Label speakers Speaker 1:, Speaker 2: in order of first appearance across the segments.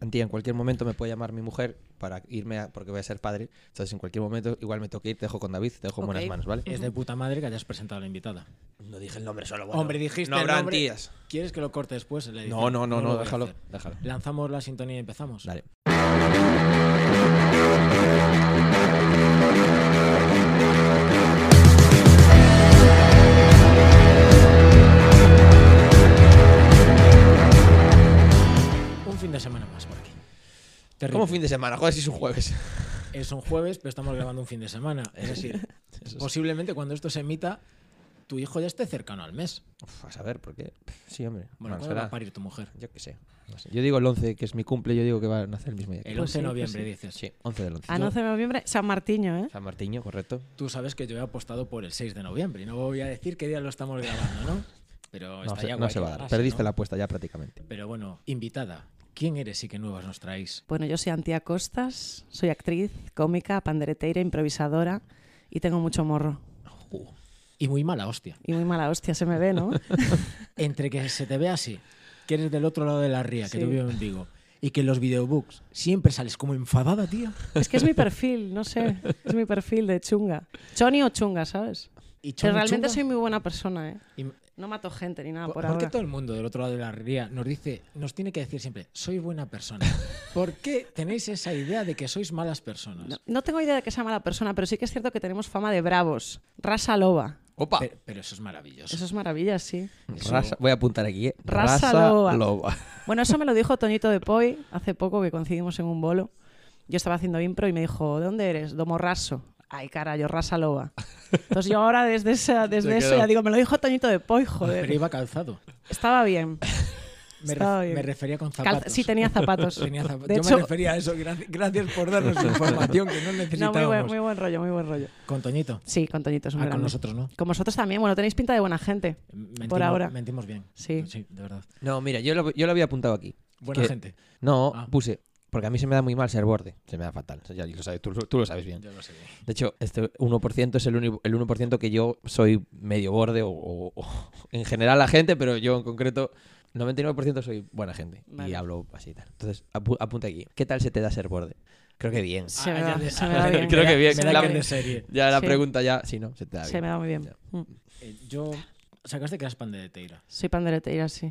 Speaker 1: Antía, en cualquier momento me puede llamar mi mujer para irme, a- porque voy a ser padre. Entonces, en cualquier momento, igual me tengo que ir, te dejo con David, te dejo en buenas
Speaker 2: Ok.
Speaker 1: manos, ¿vale?
Speaker 3: Es de puta madre que hayas presentado a la invitada.
Speaker 1: No dije el nombre solo,
Speaker 3: Hombre, dijiste
Speaker 1: No habrá
Speaker 3: el nombre.
Speaker 1: Antías.
Speaker 3: ¿Quieres que lo corte después? Le
Speaker 1: No,
Speaker 3: dicen,
Speaker 1: no, no,
Speaker 3: lo
Speaker 1: no,
Speaker 3: voy a
Speaker 1: déjalo,
Speaker 3: hacer.
Speaker 1: déjalo.
Speaker 3: Lanzamos la sintonía y empezamos.
Speaker 1: Dale.
Speaker 3: Un fin de semana más por aquí. Terrible.
Speaker 1: ¿Cómo fin de semana? Joder, si es un jueves.
Speaker 3: Es un jueves, pero estamos grabando un fin de semana. Es decir,
Speaker 1: Eso es-
Speaker 3: posiblemente cuando esto se emita, tu hijo ya esté cercano al mes.
Speaker 1: Uf, a saber, ¿por qué? Pff, Sí, hombre.
Speaker 3: Bueno,
Speaker 1: Bueno,
Speaker 3: ¿cuándo
Speaker 1: será-
Speaker 3: va a parir tu mujer?
Speaker 1: Yo qué sé. No sé. Yo digo el 11, que es mi cumple, yo digo que va a nacer el mismo día. que
Speaker 3: El
Speaker 1: yo.
Speaker 3: 11
Speaker 2: sí,
Speaker 3: de
Speaker 2: pues
Speaker 3: noviembre,
Speaker 2: sí.
Speaker 3: dices.
Speaker 1: Sí, 11 del 11.
Speaker 2: A 11 de Ah, noviembre, San Martiño, ¿eh?
Speaker 1: San Martiño, correcto.
Speaker 3: Tú sabes que yo he apostado por el 6 de noviembre y no voy a decir qué día lo estamos grabando, ¿no? Pero
Speaker 1: No
Speaker 3: está
Speaker 1: se,
Speaker 3: ya
Speaker 1: no
Speaker 3: guay
Speaker 1: se va
Speaker 3: que
Speaker 1: a dar.
Speaker 3: pase,
Speaker 1: Perdiste
Speaker 3: ¿no?
Speaker 1: la apuesta ya prácticamente.
Speaker 3: Pero bueno, invitada, ¿quién eres y qué nuevas nos traéis?
Speaker 2: Bueno, yo soy Antía Costas, soy actriz, cómica, pandereteira, improvisadora y tengo mucho morro.
Speaker 3: Y muy mala hostia.
Speaker 2: Y muy mala hostia se me ve, ¿no?
Speaker 3: Entre que se te ve así, que eres del otro lado de la ría, que
Speaker 2: Sí.
Speaker 3: te veo en Vigo, y que en los videobooks siempre sales como enfadada, tía.
Speaker 2: Es que es mi perfil, no sé. Es mi perfil de chunga. Choni o chunga, ¿sabes?
Speaker 3: Y
Speaker 2: Pero
Speaker 3: chunga,
Speaker 2: realmente
Speaker 3: chunga.
Speaker 2: soy muy buena persona, ¿eh?
Speaker 3: Y-
Speaker 2: No mato gente ni nada
Speaker 3: ¿Por,
Speaker 2: por,
Speaker 3: por qué
Speaker 2: ahora.
Speaker 3: todo el mundo del otro lado de la ría nos dice, nos tiene que decir siempre, soy buena persona? ¿Por qué tenéis esa idea de que sois malas personas?
Speaker 2: No, no tengo idea de que sea mala persona, pero sí que es cierto que tenemos fama de bravos. Raza loba.
Speaker 1: ¡Opa!
Speaker 3: Pero, pero eso es maravilloso.
Speaker 2: Eso es maravilla, sí.
Speaker 3: eso-
Speaker 1: Raza- voy a apuntar aquí, ¿eh?
Speaker 2: Raza loba.
Speaker 1: loba.
Speaker 2: Bueno, eso me lo dijo Toñito de Poi hace poco que coincidimos en un bolo. Yo estaba haciendo impro y me dijo, ¿de dónde eres? Domorraso. Ay, carajo, rasa loba. Entonces yo ahora desde, esa, desde
Speaker 1: Se
Speaker 2: eso
Speaker 1: quedó.
Speaker 2: ya digo, me lo dijo Toñito de Poi,
Speaker 3: Pero
Speaker 2: joder.
Speaker 3: iba calzado.
Speaker 2: Estaba bien.
Speaker 3: Me,
Speaker 2: Estaba
Speaker 3: ref-
Speaker 2: bien.
Speaker 3: me refería con
Speaker 2: Calza-
Speaker 3: zapatos.
Speaker 2: sí, tenía zapatos.
Speaker 3: Tenía zap-
Speaker 2: De
Speaker 3: Yo
Speaker 2: hecho,
Speaker 3: me refería a eso. Gra- Gracias por darnos información que no
Speaker 2: no,
Speaker 3: necesitábamos.
Speaker 2: muy buen, muy buen rollo, muy buen rollo.
Speaker 3: Con Toñito.
Speaker 2: Sí, con Toñito es un
Speaker 3: Ah, con
Speaker 2: grande.
Speaker 3: nosotros no.
Speaker 2: Con vosotros también, bueno, tenéis pinta de buena gente.
Speaker 3: Mentimos,
Speaker 2: ahora.
Speaker 3: Mentimos bien.
Speaker 2: Sí.
Speaker 3: de verdad.
Speaker 1: No, mira, yo lo, yo lo había apuntado aquí.
Speaker 3: Buena
Speaker 1: Que-
Speaker 3: gente.
Speaker 1: No,
Speaker 3: Ah.
Speaker 1: puse. Porque a mí se me da muy mal ser borde. Se me da fatal. Eso ya lo sabes, tú, tú lo sabes bien.
Speaker 3: Yo lo sé.
Speaker 1: De hecho, este 1% es el, uni- el 1% que yo soy medio borde o, o- o- en general la gente, pero yo en concreto 99% soy buena gente y
Speaker 2: Vale.
Speaker 1: hablo así y tal. Entonces, apu- apunta aquí. ¿Qué tal se te da ser borde? Creo que bien.
Speaker 2: Se
Speaker 3: Ah,
Speaker 2: me
Speaker 3: ya
Speaker 2: da-
Speaker 3: de-
Speaker 2: se me da bien.
Speaker 1: Creo que bien.
Speaker 3: Me
Speaker 2: Se me da
Speaker 3: da que es
Speaker 2: bien.
Speaker 3: de serie.
Speaker 1: Ya la
Speaker 2: Sí.
Speaker 1: pregunta ya, sí, ¿no? Se te da bien.
Speaker 2: Se me da muy bien. Mm.
Speaker 3: Eh, yo... Sacaste que eras pandereteira.
Speaker 2: Soy pandereteira, sí.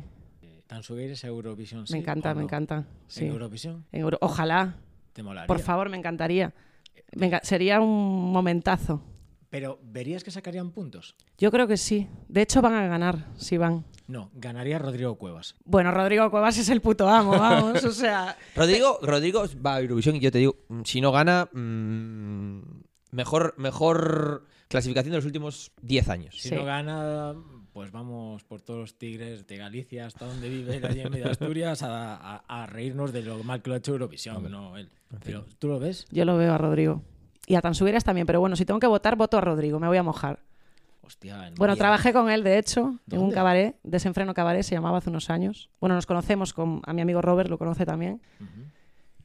Speaker 3: ¿Tan subir a Eurovisión? sí
Speaker 2: Me encanta,
Speaker 1: Ah,
Speaker 3: o
Speaker 2: me
Speaker 3: no?
Speaker 2: encanta.
Speaker 3: ¿En
Speaker 2: Sí.
Speaker 3: Eurovisión?
Speaker 2: En Euro- Ojalá,
Speaker 3: Te molaría.
Speaker 2: por favor, me encantaría. Me enca- sería un momentazo.
Speaker 3: Pero ¿verías que sacarían puntos?
Speaker 2: Yo creo que sí. De hecho, van a ganar, si van.
Speaker 3: No, ganaría Rodrigo Cuevas.
Speaker 2: Bueno, Rodrigo Cuevas es el puto amo, vamos. O sea,
Speaker 1: Rodrigo, Rodrigo va a Eurovisión y yo te digo, mm, si no gana, mm, mejor, mejor clasificación de los últimos 10 años.
Speaker 3: Si
Speaker 2: Sí.
Speaker 3: no gana, pues vamos por todos los tigres de Galicia hasta donde vive, allí en medio de Asturias, a, a- a reírnos de lo mal que lo ha hecho Eurovisión. No, él. Pero tú lo ves.
Speaker 2: yo lo veo a Rodrigo. Y a Tansubiras también, pero bueno, si tengo que votar, voto a Rodrigo, me voy a mojar.
Speaker 3: Hostia, en
Speaker 2: Bueno,
Speaker 3: Madrid.
Speaker 2: trabajé con él, de hecho, en un
Speaker 3: ¿Dónde?
Speaker 2: cabaret, Desenfreno Cabaret, se llamaba hace unos años. Bueno, nos conocemos, con, a mi amigo Robert lo conoce también.
Speaker 3: Ujú.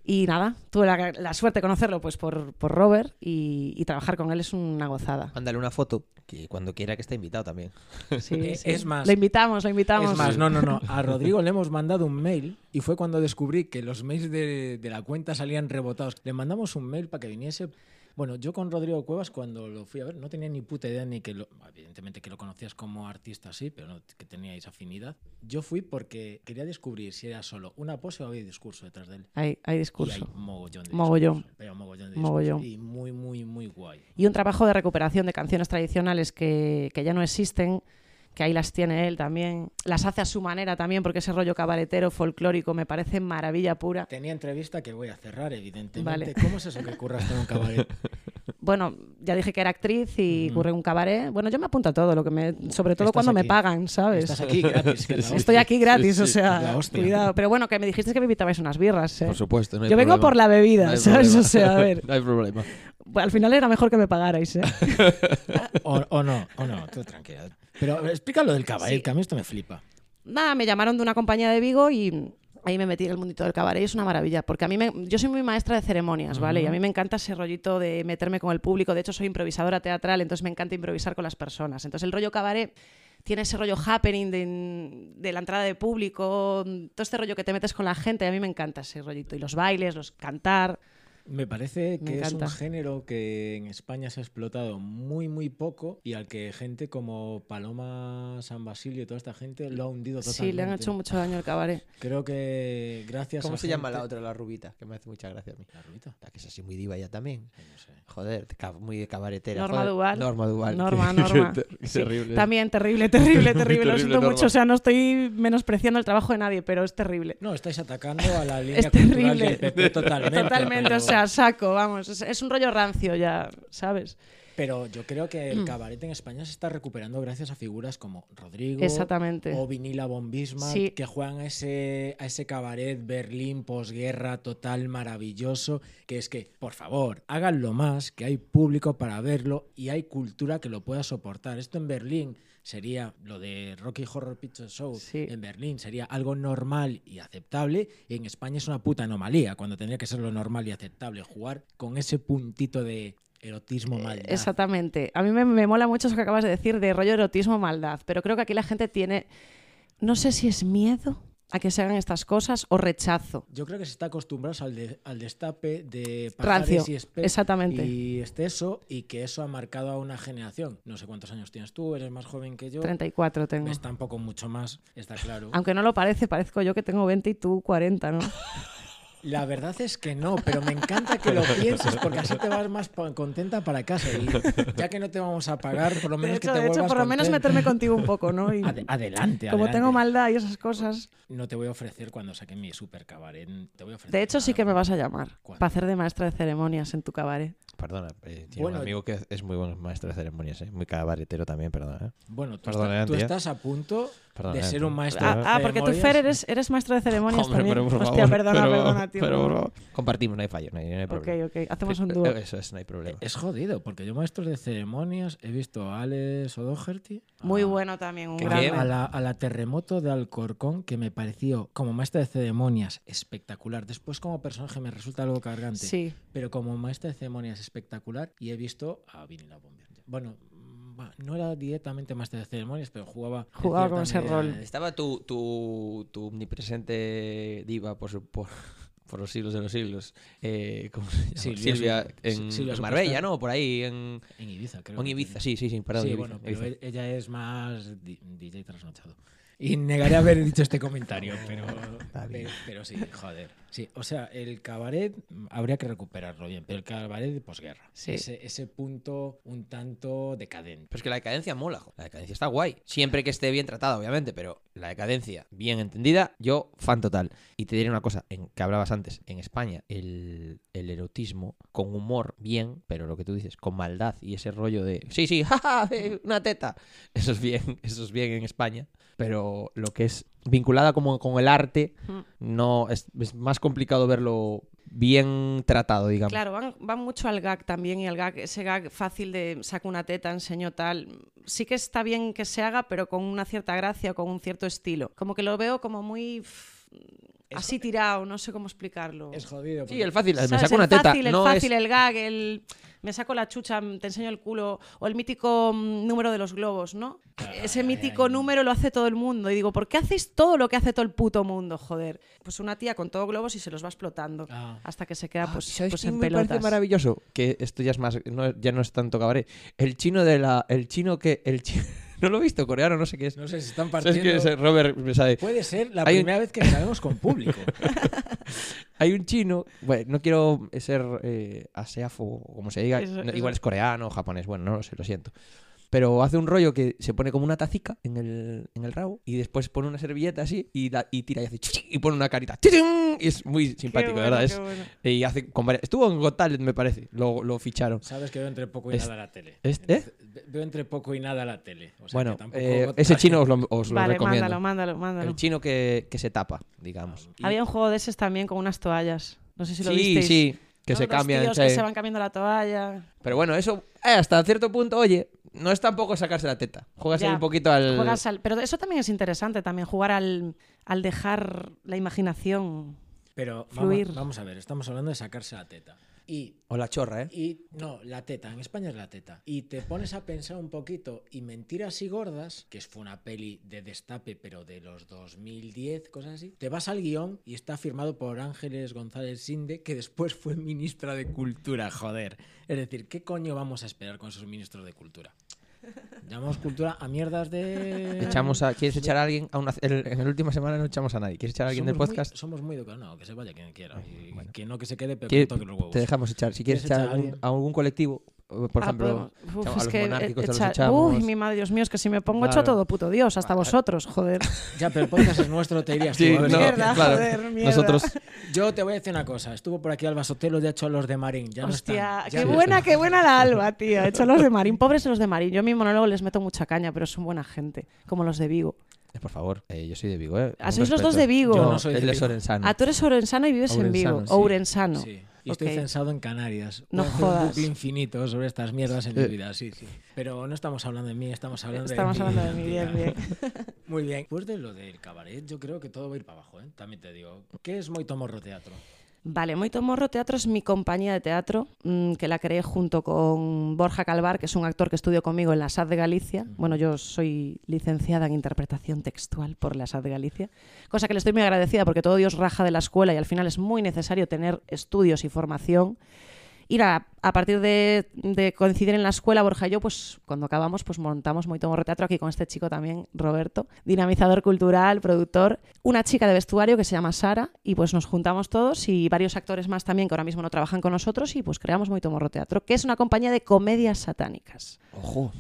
Speaker 2: Y nada, tuve la, la suerte de conocerlo pues por, por Robert y, y trabajar con él es una gozada.
Speaker 1: Mándale una foto, que cuando quiera que esté invitado también.
Speaker 2: Sí,
Speaker 3: Eh,
Speaker 2: sí.
Speaker 3: es más-
Speaker 2: Lo invitamos, lo invitamos.
Speaker 3: Es más, no, no, no. A Rodrigo le hemos mandado un mail y fue cuando descubrí que los mails de, de la cuenta salían rebotados. Le mandamos un mail para que viniese. Bueno, yo con Rodrigo Cuevas cuando lo fui a ver no tenía ni puta idea ni que lo... Evidentemente que lo conocías como artista, sí, pero no que teníais afinidad. Yo fui porque quería descubrir si era solo una pose o había discurso detrás de él.
Speaker 2: Hay, hay
Speaker 3: Y hay
Speaker 2: discurso.
Speaker 3: mogollón de
Speaker 2: Mogollón.
Speaker 3: discurso, Pero mogollón de
Speaker 2: Mogollón.
Speaker 3: discurso. Y muy, muy, muy guay.
Speaker 2: y un trabajo de recuperación de canciones tradicionales que, que ya no existen, que ahí las tiene él también. Las hace a su manera también, porque ese rollo cabaretero, folclórico, me parece maravilla pura.
Speaker 3: Tenía entrevista que voy a cerrar, evidentemente.
Speaker 2: Vale.
Speaker 3: ¿Cómo es eso que curraste en un cabaret?
Speaker 2: Bueno, ya dije que era actriz y
Speaker 3: Ujú.
Speaker 2: curré en un cabaret. Bueno, yo me apunto a todo, lo que me, sobre todo
Speaker 3: Estás
Speaker 2: cuando me
Speaker 3: aquí.
Speaker 2: pagan, ¿sabes?
Speaker 3: Estás aquí gratis. que es
Speaker 2: Estoy
Speaker 3: la hostia.
Speaker 2: aquí gratis, o
Speaker 3: La
Speaker 2: sea,
Speaker 3: hostia.
Speaker 2: cuidado. Pero bueno, que me dijisteis que me invitabais unas birras, ¿eh?
Speaker 1: supuesto,
Speaker 2: Yo vengo por la bebida,
Speaker 1: No hay
Speaker 2: ¿sabes?
Speaker 1: problema.
Speaker 2: O sea, a ver,
Speaker 1: No hay problema.
Speaker 2: al final era mejor que me pagarais, ¿eh?
Speaker 3: O, o no, o no, tú tranquila. Pero explica lo del cabaret, que a mí esto me flipa.
Speaker 2: Nada, me llamaron de una compañía de Vigo y ahí me metí en el mundito del cabaret y es una maravilla, porque a mí me, yo soy muy maestra de ceremonias, ¿vale? Y a mí me encanta ese rollito de meterme con el público, de hecho soy improvisadora teatral, entonces me encanta improvisar con las personas. Entonces el rollo cabaret tiene ese rollo happening de, de la entrada de público, todo este rollo que te metes con la gente, y a mí me encanta ese rollito. Y los bailes, los cantar.
Speaker 3: Me parece
Speaker 2: Me
Speaker 3: que es un
Speaker 2: encanta.
Speaker 3: género que en España se ha explotado muy, muy poco y al que gente como Paloma San Basilio y toda esta gente lo ha hundido totalmente.
Speaker 2: Sí, le han hecho mucho daño al cabaret.
Speaker 3: Creo que gracias
Speaker 1: ¿Cómo
Speaker 3: a
Speaker 1: se llama
Speaker 3: gente-
Speaker 1: la otra, la rubita? Que me hace mucha gracia a mí.
Speaker 3: ¿La rubita?
Speaker 1: La que es así muy diva ya también.
Speaker 3: Ay, no sé.
Speaker 1: Joder, ca- muy cabaretera.
Speaker 2: Norma
Speaker 1: Joder,
Speaker 2: Duval.
Speaker 1: Norma Duval.
Speaker 2: Norma, Norma.
Speaker 1: Es
Speaker 2: Sí,
Speaker 1: terrible.
Speaker 2: También terrible, terrible, terrible. Lo
Speaker 1: terrible,
Speaker 2: siento
Speaker 1: Norma.
Speaker 2: mucho. O sea, no estoy menospreciando el trabajo de nadie, pero es terrible.
Speaker 3: No, estáis atacando a la línea
Speaker 2: Es
Speaker 3: cultural
Speaker 2: terrible.
Speaker 3: del PP totalmente.
Speaker 2: Totalmente, o
Speaker 3: pero-
Speaker 2: sea, saco, vamos. Es, es un rollo rancio ya, ¿sabes?
Speaker 3: Pero yo creo que
Speaker 2: Mm.
Speaker 3: el cabaret en España se está recuperando gracias a figuras como Rodrigo
Speaker 2: Exactamente.
Speaker 3: o Vinila Bombisma,
Speaker 2: Sí.
Speaker 3: que juegan a ese, a ese cabaret Berlín posguerra total maravilloso, que es que, por favor, háganlo más, que hay público para verlo y hay cultura que lo pueda soportar. Esto en Berlín sería lo de Rocky Horror Picture Show
Speaker 2: Sí.
Speaker 3: en Berlín sería algo normal y aceptable y en España es una puta anomalía cuando tendría que ser lo normal y aceptable jugar con ese puntito de erotismo
Speaker 2: Eh,
Speaker 3: mal
Speaker 2: Exactamente. A mí me, me mola mucho eso que acabas de decir de rollo erotismo maldad, pero creo que aquí la gente tiene, no sé si es miedo a que se hagan estas cosas o rechazo.
Speaker 3: Yo creo que se está acostumbrado al, de- al destape de
Speaker 2: Rancio,
Speaker 3: pajares y espe-
Speaker 2: exactamente.
Speaker 3: Eh, y exceso y que eso ha marcado a una generación. No sé cuántos años tienes tú, eres más joven que yo.
Speaker 2: 34 tengo.
Speaker 3: Es tampoco mucho más, está claro.
Speaker 2: Aunque no lo parece, parezco yo que tengo 20 y tú 40, ¿no?
Speaker 3: La verdad es que no, pero me encanta que lo pienses porque así te vas más pa- contenta para casa. Y ya que no te vamos a pagar, por lo
Speaker 2: De
Speaker 3: menos
Speaker 2: hecho,
Speaker 3: que te
Speaker 2: de hecho,
Speaker 3: vuelvas
Speaker 2: por lo menos
Speaker 3: contenta.
Speaker 2: meterme contigo un poco, ¿no? Y
Speaker 3: Ade- adelante,
Speaker 2: como
Speaker 3: adelante.
Speaker 2: tengo maldad y esas cosas.
Speaker 3: No te voy a ofrecer cuando saque mi super cabaret. Te voy a ofrecer
Speaker 2: De hecho, sí
Speaker 3: nada.
Speaker 2: que me vas a llamar
Speaker 3: ¿Cuándo?
Speaker 2: para hacer de maestra de ceremonias en tu cabaret.
Speaker 1: Perdona, eh, tiene
Speaker 3: Bueno,
Speaker 1: un amigo que es muy buen maestro de ceremonias, ¿eh? muy cabaretero también, perdona. ¿eh?
Speaker 3: Bueno, tú,
Speaker 1: Perdona,
Speaker 3: estás- tú
Speaker 1: Andy, ¿eh?
Speaker 3: estás a punto
Speaker 1: Perdona,
Speaker 3: de ser
Speaker 1: Andy.
Speaker 3: un maestro.
Speaker 1: Ah,
Speaker 3: de
Speaker 2: Ah, porque tú,
Speaker 3: ceremonias.
Speaker 2: Fer, eres, eres maestra de ceremonias
Speaker 1: Hombre,
Speaker 2: también.
Speaker 1: pero por
Speaker 2: Hostia,
Speaker 1: favor,
Speaker 2: perdona,
Speaker 1: pero-
Speaker 2: perdona, tío.
Speaker 1: pero Eh, por favor. Compartimos, no hay fallo, no hay, no hay
Speaker 2: ok,
Speaker 1: problema.
Speaker 2: ok, hacemos un
Speaker 1: Sí,
Speaker 2: dúo.
Speaker 1: Eso es, no hay problema.
Speaker 3: Eh, Es jodido, porque yo maestros de ceremonias he visto a Alex O'Doherty.
Speaker 2: Muy
Speaker 3: a-
Speaker 2: bueno también, un
Speaker 1: Qué
Speaker 2: grande.
Speaker 1: bien.
Speaker 3: A la, a la terremoto de Alcorcón, que me pareció como maestra de ceremonias espectacular. Después, como personaje, me resulta algo cargante.
Speaker 2: Sí,
Speaker 3: Pero como maestra de ceremonias espectacular, y he visto a Vinila Bomber. Bueno, mm, va, no era directamente maestra de ceremonias, pero jugaba. en
Speaker 2: Jugaba
Speaker 3: cierta
Speaker 2: con ese
Speaker 3: medida
Speaker 2: rol.
Speaker 1: Estaba tu, tu, tu omnipresente diva por, su- por, por los siglos de los siglos. eh, ¿cómo se llama?
Speaker 3: Silvia
Speaker 1: Silvia
Speaker 3: Su-
Speaker 1: en,
Speaker 3: Sí, Silvia
Speaker 1: en
Speaker 3: Superstar.
Speaker 1: Marbella, ¿no? Por ahí, en,
Speaker 3: En Ibiza, creo.
Speaker 1: o en
Speaker 3: que
Speaker 1: Ibiza. Sí,
Speaker 3: tiene.
Speaker 1: sí, sí, perdón.
Speaker 3: sí,
Speaker 1: Ibiza,
Speaker 3: bueno, pero
Speaker 1: Ibiza.
Speaker 3: e- ella es más di- DJ trasnochado. Y negaré haber dicho este comentario, pero,
Speaker 1: bien.
Speaker 3: pero, pero sí, joder. Sí, o sea, el cabaret mm, habría que recuperarlo bien, pero el cabaret de posguerra.
Speaker 2: Sí.
Speaker 3: Ese, ese punto un tanto decadente.
Speaker 1: Pero es que la decadencia mola, jo. la decadencia está guay. Siempre que esté bien tratada, obviamente, pero la decadencia bien entendida, yo fan total. Y te diré una cosa, en que hablabas antes, en España el, el erotismo con humor bien, pero lo que tú dices, con maldad y ese rollo de, sí, sí, jaja, eh, una teta. Eso es bien, eso es bien en España, pero lo que es vinculada como con el arte,
Speaker 2: Mm.
Speaker 1: no es, es más complicado verlo bien tratado, digamos.
Speaker 2: claro, van, van mucho al gag también y al gag, ese gag fácil de saco una teta, enseño tal. Sí que está bien que se haga, pero con una cierta gracia, con un cierto estilo. Como que lo veo como muy pff, así tirado, no sé cómo explicarlo.
Speaker 3: Es jodido.
Speaker 1: Sí,
Speaker 3: porque-
Speaker 1: el fácil,
Speaker 2: ¿Sabes?
Speaker 1: me saco una teta,
Speaker 2: El fácil, el,
Speaker 1: no es-
Speaker 2: fácil, el gag, el me saco la chucha, mm, te enseño el culo, o el mítico mm, número de los globos, ¿no? Ese mítico
Speaker 3: ay.
Speaker 2: número lo hace todo el mundo. Y digo, ¿por qué hacéis todo lo que hace todo el puto mundo, joder? Pues una tía con todo globos y se los va explotando
Speaker 3: Ah.
Speaker 2: hasta que se queda
Speaker 1: Ah,
Speaker 2: pues,
Speaker 1: ¿Sabes
Speaker 2: pues
Speaker 1: quién
Speaker 2: en
Speaker 1: me
Speaker 2: pelotas.
Speaker 1: parece maravilloso? Que esto ya es más, no- ya no es tanto cabaret. El chino de la, el chino que, el chi- no lo he visto, coreano, no sé qué es.
Speaker 3: No sé, se están
Speaker 1: ¿Sabes
Speaker 3: partiendo.
Speaker 1: qué es? Robert me sabe.
Speaker 3: Puede ser la
Speaker 1: Hay un-
Speaker 3: primera vez que grabemos con público.
Speaker 1: Hay un chino, bueno, no quiero ser eh, aseafo, o como se diga,
Speaker 2: Eso-
Speaker 1: no,
Speaker 2: eso.
Speaker 1: igual es coreano o japonés, bueno, no lo sé, lo siento. Pero hace un rollo que se pone como una tacica en el, en el rabo y después pone una servilleta así y, da- y tira y hace chichín y pone una carita. chichín, Y es muy
Speaker 2: Qué
Speaker 1: simpático, de
Speaker 2: bueno,
Speaker 1: ¿verdad?
Speaker 2: qué
Speaker 1: Es- eh,
Speaker 2: bueno.
Speaker 1: y hace con varias- Estuvo en Got Talent, me parece, lo, lo ficharon.
Speaker 3: Sabes que veo entre poco y
Speaker 1: Es-
Speaker 3: nada la tele.
Speaker 1: es- ¿eh?
Speaker 3: Ve- Veo entre poco y nada la tele. O sea,
Speaker 1: bueno,
Speaker 3: que tampoco-
Speaker 1: eh, ese chino os lo, os lo
Speaker 2: Vale,
Speaker 1: recomiendo.
Speaker 2: mándalo, mándalo, mándalo.
Speaker 1: El chino que, que se tapa, digamos.
Speaker 3: Y-
Speaker 2: Había un juego de esos también con unas toallas. No sé si lo
Speaker 1: sí,
Speaker 2: visteis.
Speaker 1: sí, que
Speaker 2: ¿no?
Speaker 1: se
Speaker 2: Dos
Speaker 1: cambian.
Speaker 2: tíos
Speaker 1: sí.
Speaker 2: que se van cambiando la toalla.
Speaker 1: Pero bueno, eso eh, hasta cierto punto, oye, no es tampoco sacarse la teta. Juegas
Speaker 2: Ya.
Speaker 1: ahí un poquito al...
Speaker 2: Juegas al- Pero eso también es interesante, también jugar al, al dejar la imaginación.
Speaker 3: Pero vamos-
Speaker 2: Fluir.
Speaker 3: Vamos, a ver, estamos hablando de sacarse la teta. Y,
Speaker 1: O la chorra, ¿eh?
Speaker 3: y no, la teta, en España es la teta. Y te pones a pensar un poquito, y Mentiras y Gordas, que fue una peli de destape, pero de los 2010, cosas así, te vas al guión y está firmado por Ángeles González Sinde, que después fue ministra de Cultura, joder. Es decir, ¿qué coño vamos a esperar con esos ministros de Cultura? Llamamos cultura a mierdas de...
Speaker 1: Echamos a, ¿Quieres echar a alguien? A una- el- en la última semana no echamos a nadie. ¿Quieres echar a alguien del
Speaker 3: Somos muy-
Speaker 1: podcast?
Speaker 3: somos muy educados. No, que se vaya quien quiera. Y
Speaker 1: bueno.
Speaker 3: Que no que se quede, pero
Speaker 1: ¿Quieres-
Speaker 3: que toque los huevos.
Speaker 1: te dejamos echar. Si quieres echar
Speaker 3: ¿Quieres
Speaker 1: a
Speaker 3: echar a
Speaker 1: algún,
Speaker 3: alguien?
Speaker 1: a algún colectivo, eh, por
Speaker 2: Ah,
Speaker 1: ejemplo,
Speaker 2: podemos. Uf,
Speaker 1: echa-
Speaker 2: es
Speaker 1: a los
Speaker 2: que, eh,
Speaker 1: monárquicos te los
Speaker 2: echar-
Speaker 1: echamos.
Speaker 2: Uy, mi madre, Dios mío, es que si me pongo hecho a
Speaker 1: Claro.
Speaker 2: todo puto Dios, hasta vosotros, joder.
Speaker 3: Ya, pero el podcast es nuestro, te dirías
Speaker 1: Sí,
Speaker 3: tú. a ver,
Speaker 1: no,
Speaker 2: Mierda,
Speaker 1: claro.
Speaker 2: joder, mierda.
Speaker 1: Nosotros
Speaker 3: Yo te voy a decir una cosa. Estuvo por aquí Alba Sotelo, ya ha hecho a los de Marín.
Speaker 2: Hostia,
Speaker 3: Ya no están. Ya
Speaker 2: qué
Speaker 3: no
Speaker 2: buena, qué buena la Alba, tío. Hecho los de Marín. Pobres los de Marín. Yo a mi monólogo les meto mucha caña, pero son buena gente, como los de Vigo.
Speaker 1: Eh, Por favor, eh, yo soy de Vigo, ¿eh?
Speaker 2: Ah,
Speaker 1: Con
Speaker 2: sois los dos
Speaker 1: respeto.
Speaker 2: de Vigo.
Speaker 1: Yo
Speaker 3: Yo
Speaker 1: no
Speaker 3: no soy de
Speaker 1: él es
Speaker 3: Vigo.
Speaker 1: orensano.
Speaker 2: Ah, tú eres orensano y vives en
Speaker 1: Ourensano,
Speaker 2: Vigo.
Speaker 1: sí.
Speaker 2: Ourensano.
Speaker 3: Sí. Y estoy
Speaker 2: Ok.
Speaker 3: censado en Canarias.
Speaker 2: No
Speaker 3: Voy a hacer un
Speaker 2: jodas.
Speaker 3: bucle infinito sobre estas mierdas en mi
Speaker 1: Eh.
Speaker 3: vida, sí, sí. Pero no estamos hablando de mí, estamos hablando
Speaker 2: Estamos
Speaker 3: de
Speaker 2: hablando de mí, bien, bien.
Speaker 3: Muy bien. Después de lo del cabaret, yo creo que todo va a ir para abajo, ¿eh? También te digo. ¿Qué es Moito Morro Teatro?
Speaker 2: Vale, Moito Morro Teatro es mi compañía de teatro mm, que la creé junto con Borja Calvar, que es un actor que estudió conmigo en la SAD de Galicia. Bueno, yo soy licenciada en interpretación textual por la SAD de Galicia, cosa que le estoy muy agradecida porque todo Dios raja de la escuela y al final es muy necesario tener estudios y formación. Y nada, a partir de, de coincidir en la escuela, Borja y yo, pues cuando acabamos, pues montamos Moito Morro Teatro aquí con este chico también, Roberto, dinamizador cultural, productor, una chica de vestuario que se llama Sara, y pues nos juntamos todos y varios actores más también que ahora mismo no trabajan con nosotros y pues creamos Moito Morro Teatro, que es una compañía de comedias satánicas.
Speaker 1: Ojo.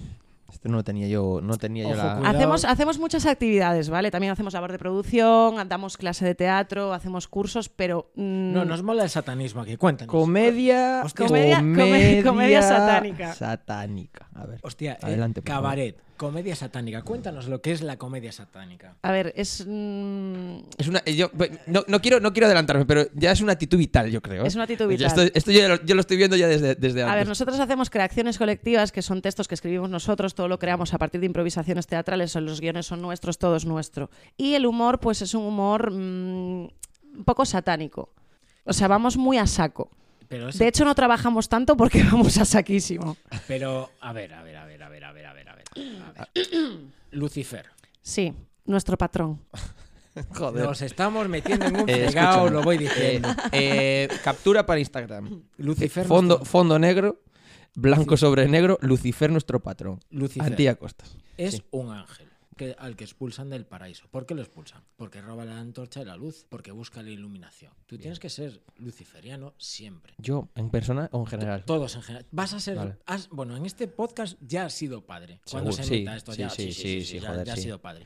Speaker 1: Este no lo tenía yo, no tenía yo
Speaker 3: Ojo,
Speaker 1: la...
Speaker 3: cuidado.
Speaker 2: Hacemos, hacemos muchas actividades, ¿vale? También hacemos labor de producción, damos clase de teatro, hacemos cursos, pero... mm,
Speaker 3: No, nos mola el satanismo aquí. Cuéntanos.
Speaker 1: Ah, Comedia,
Speaker 3: Hostia,
Speaker 2: Comedia- come- comedia satánica.
Speaker 1: Satánica. A ver.
Speaker 3: Hostia, eh,
Speaker 1: Adelante, por favor.
Speaker 3: cabaret, comedia satánica. Cuéntanos lo que es la comedia satánica.
Speaker 2: A ver, es... mm,
Speaker 1: Es una, eh, yo, eh, no, no quiero, no quiero adelantarme, pero ya es una actitud vital, yo creo. ¿eh?
Speaker 2: Es una actitud
Speaker 1: Ya
Speaker 2: vital.
Speaker 1: Esto, esto yo, ya lo, yo lo estoy viendo ya desde, desde antes.
Speaker 2: A ver, nosotros hacemos creaciones colectivas, que son textos que escribimos nosotros, todo lo creamos a partir de improvisaciones teatrales, son- los guiones son nuestros, todo es nuestro. Y el humor, pues es un humor mm, un poco satánico. O sea, vamos muy a saco.
Speaker 1: Pues
Speaker 3: Pero, es-
Speaker 2: De hecho, no trabajamos tanto porque vamos a saquísimo.
Speaker 3: pero a ver, a ver, a ver, a ver, a ver, a ver, a ver. a ver. Lucifer.
Speaker 2: Sí, nuestro patrón.
Speaker 1: Joder.
Speaker 3: Nos estamos metiendo en un
Speaker 1: Eh,
Speaker 3: fregado,
Speaker 1: escúchame.
Speaker 3: lo voy
Speaker 1: Eh,
Speaker 3: diciendo.
Speaker 1: eh, captura para Instagram.
Speaker 3: Lucifer,
Speaker 1: Eh, fondo,
Speaker 3: nuestro-
Speaker 1: fondo negro, blanco sobre negro, Lucifer nuestro patrón.
Speaker 3: Lucifer
Speaker 1: Antía Costas.
Speaker 3: es
Speaker 1: sí.
Speaker 3: un ángel que, al que expulsan del paraíso. ¿Por qué lo expulsan? Porque roba la antorcha y la luz, porque busca la iluminación. Tú tienes que ser luciferiano siempre.
Speaker 1: Yo, en persona o en general.
Speaker 3: Todos en general. Vas a ser.
Speaker 1: Vale.
Speaker 3: has- bueno, en este podcast ya has sido padre. Cuando
Speaker 1: Seguro,
Speaker 3: se
Speaker 1: sí,
Speaker 3: nota esto
Speaker 1: sí,
Speaker 3: ya.
Speaker 1: sí, sí, sí,
Speaker 3: ya,
Speaker 1: joder,
Speaker 3: ya
Speaker 1: sí.
Speaker 3: has sido padre.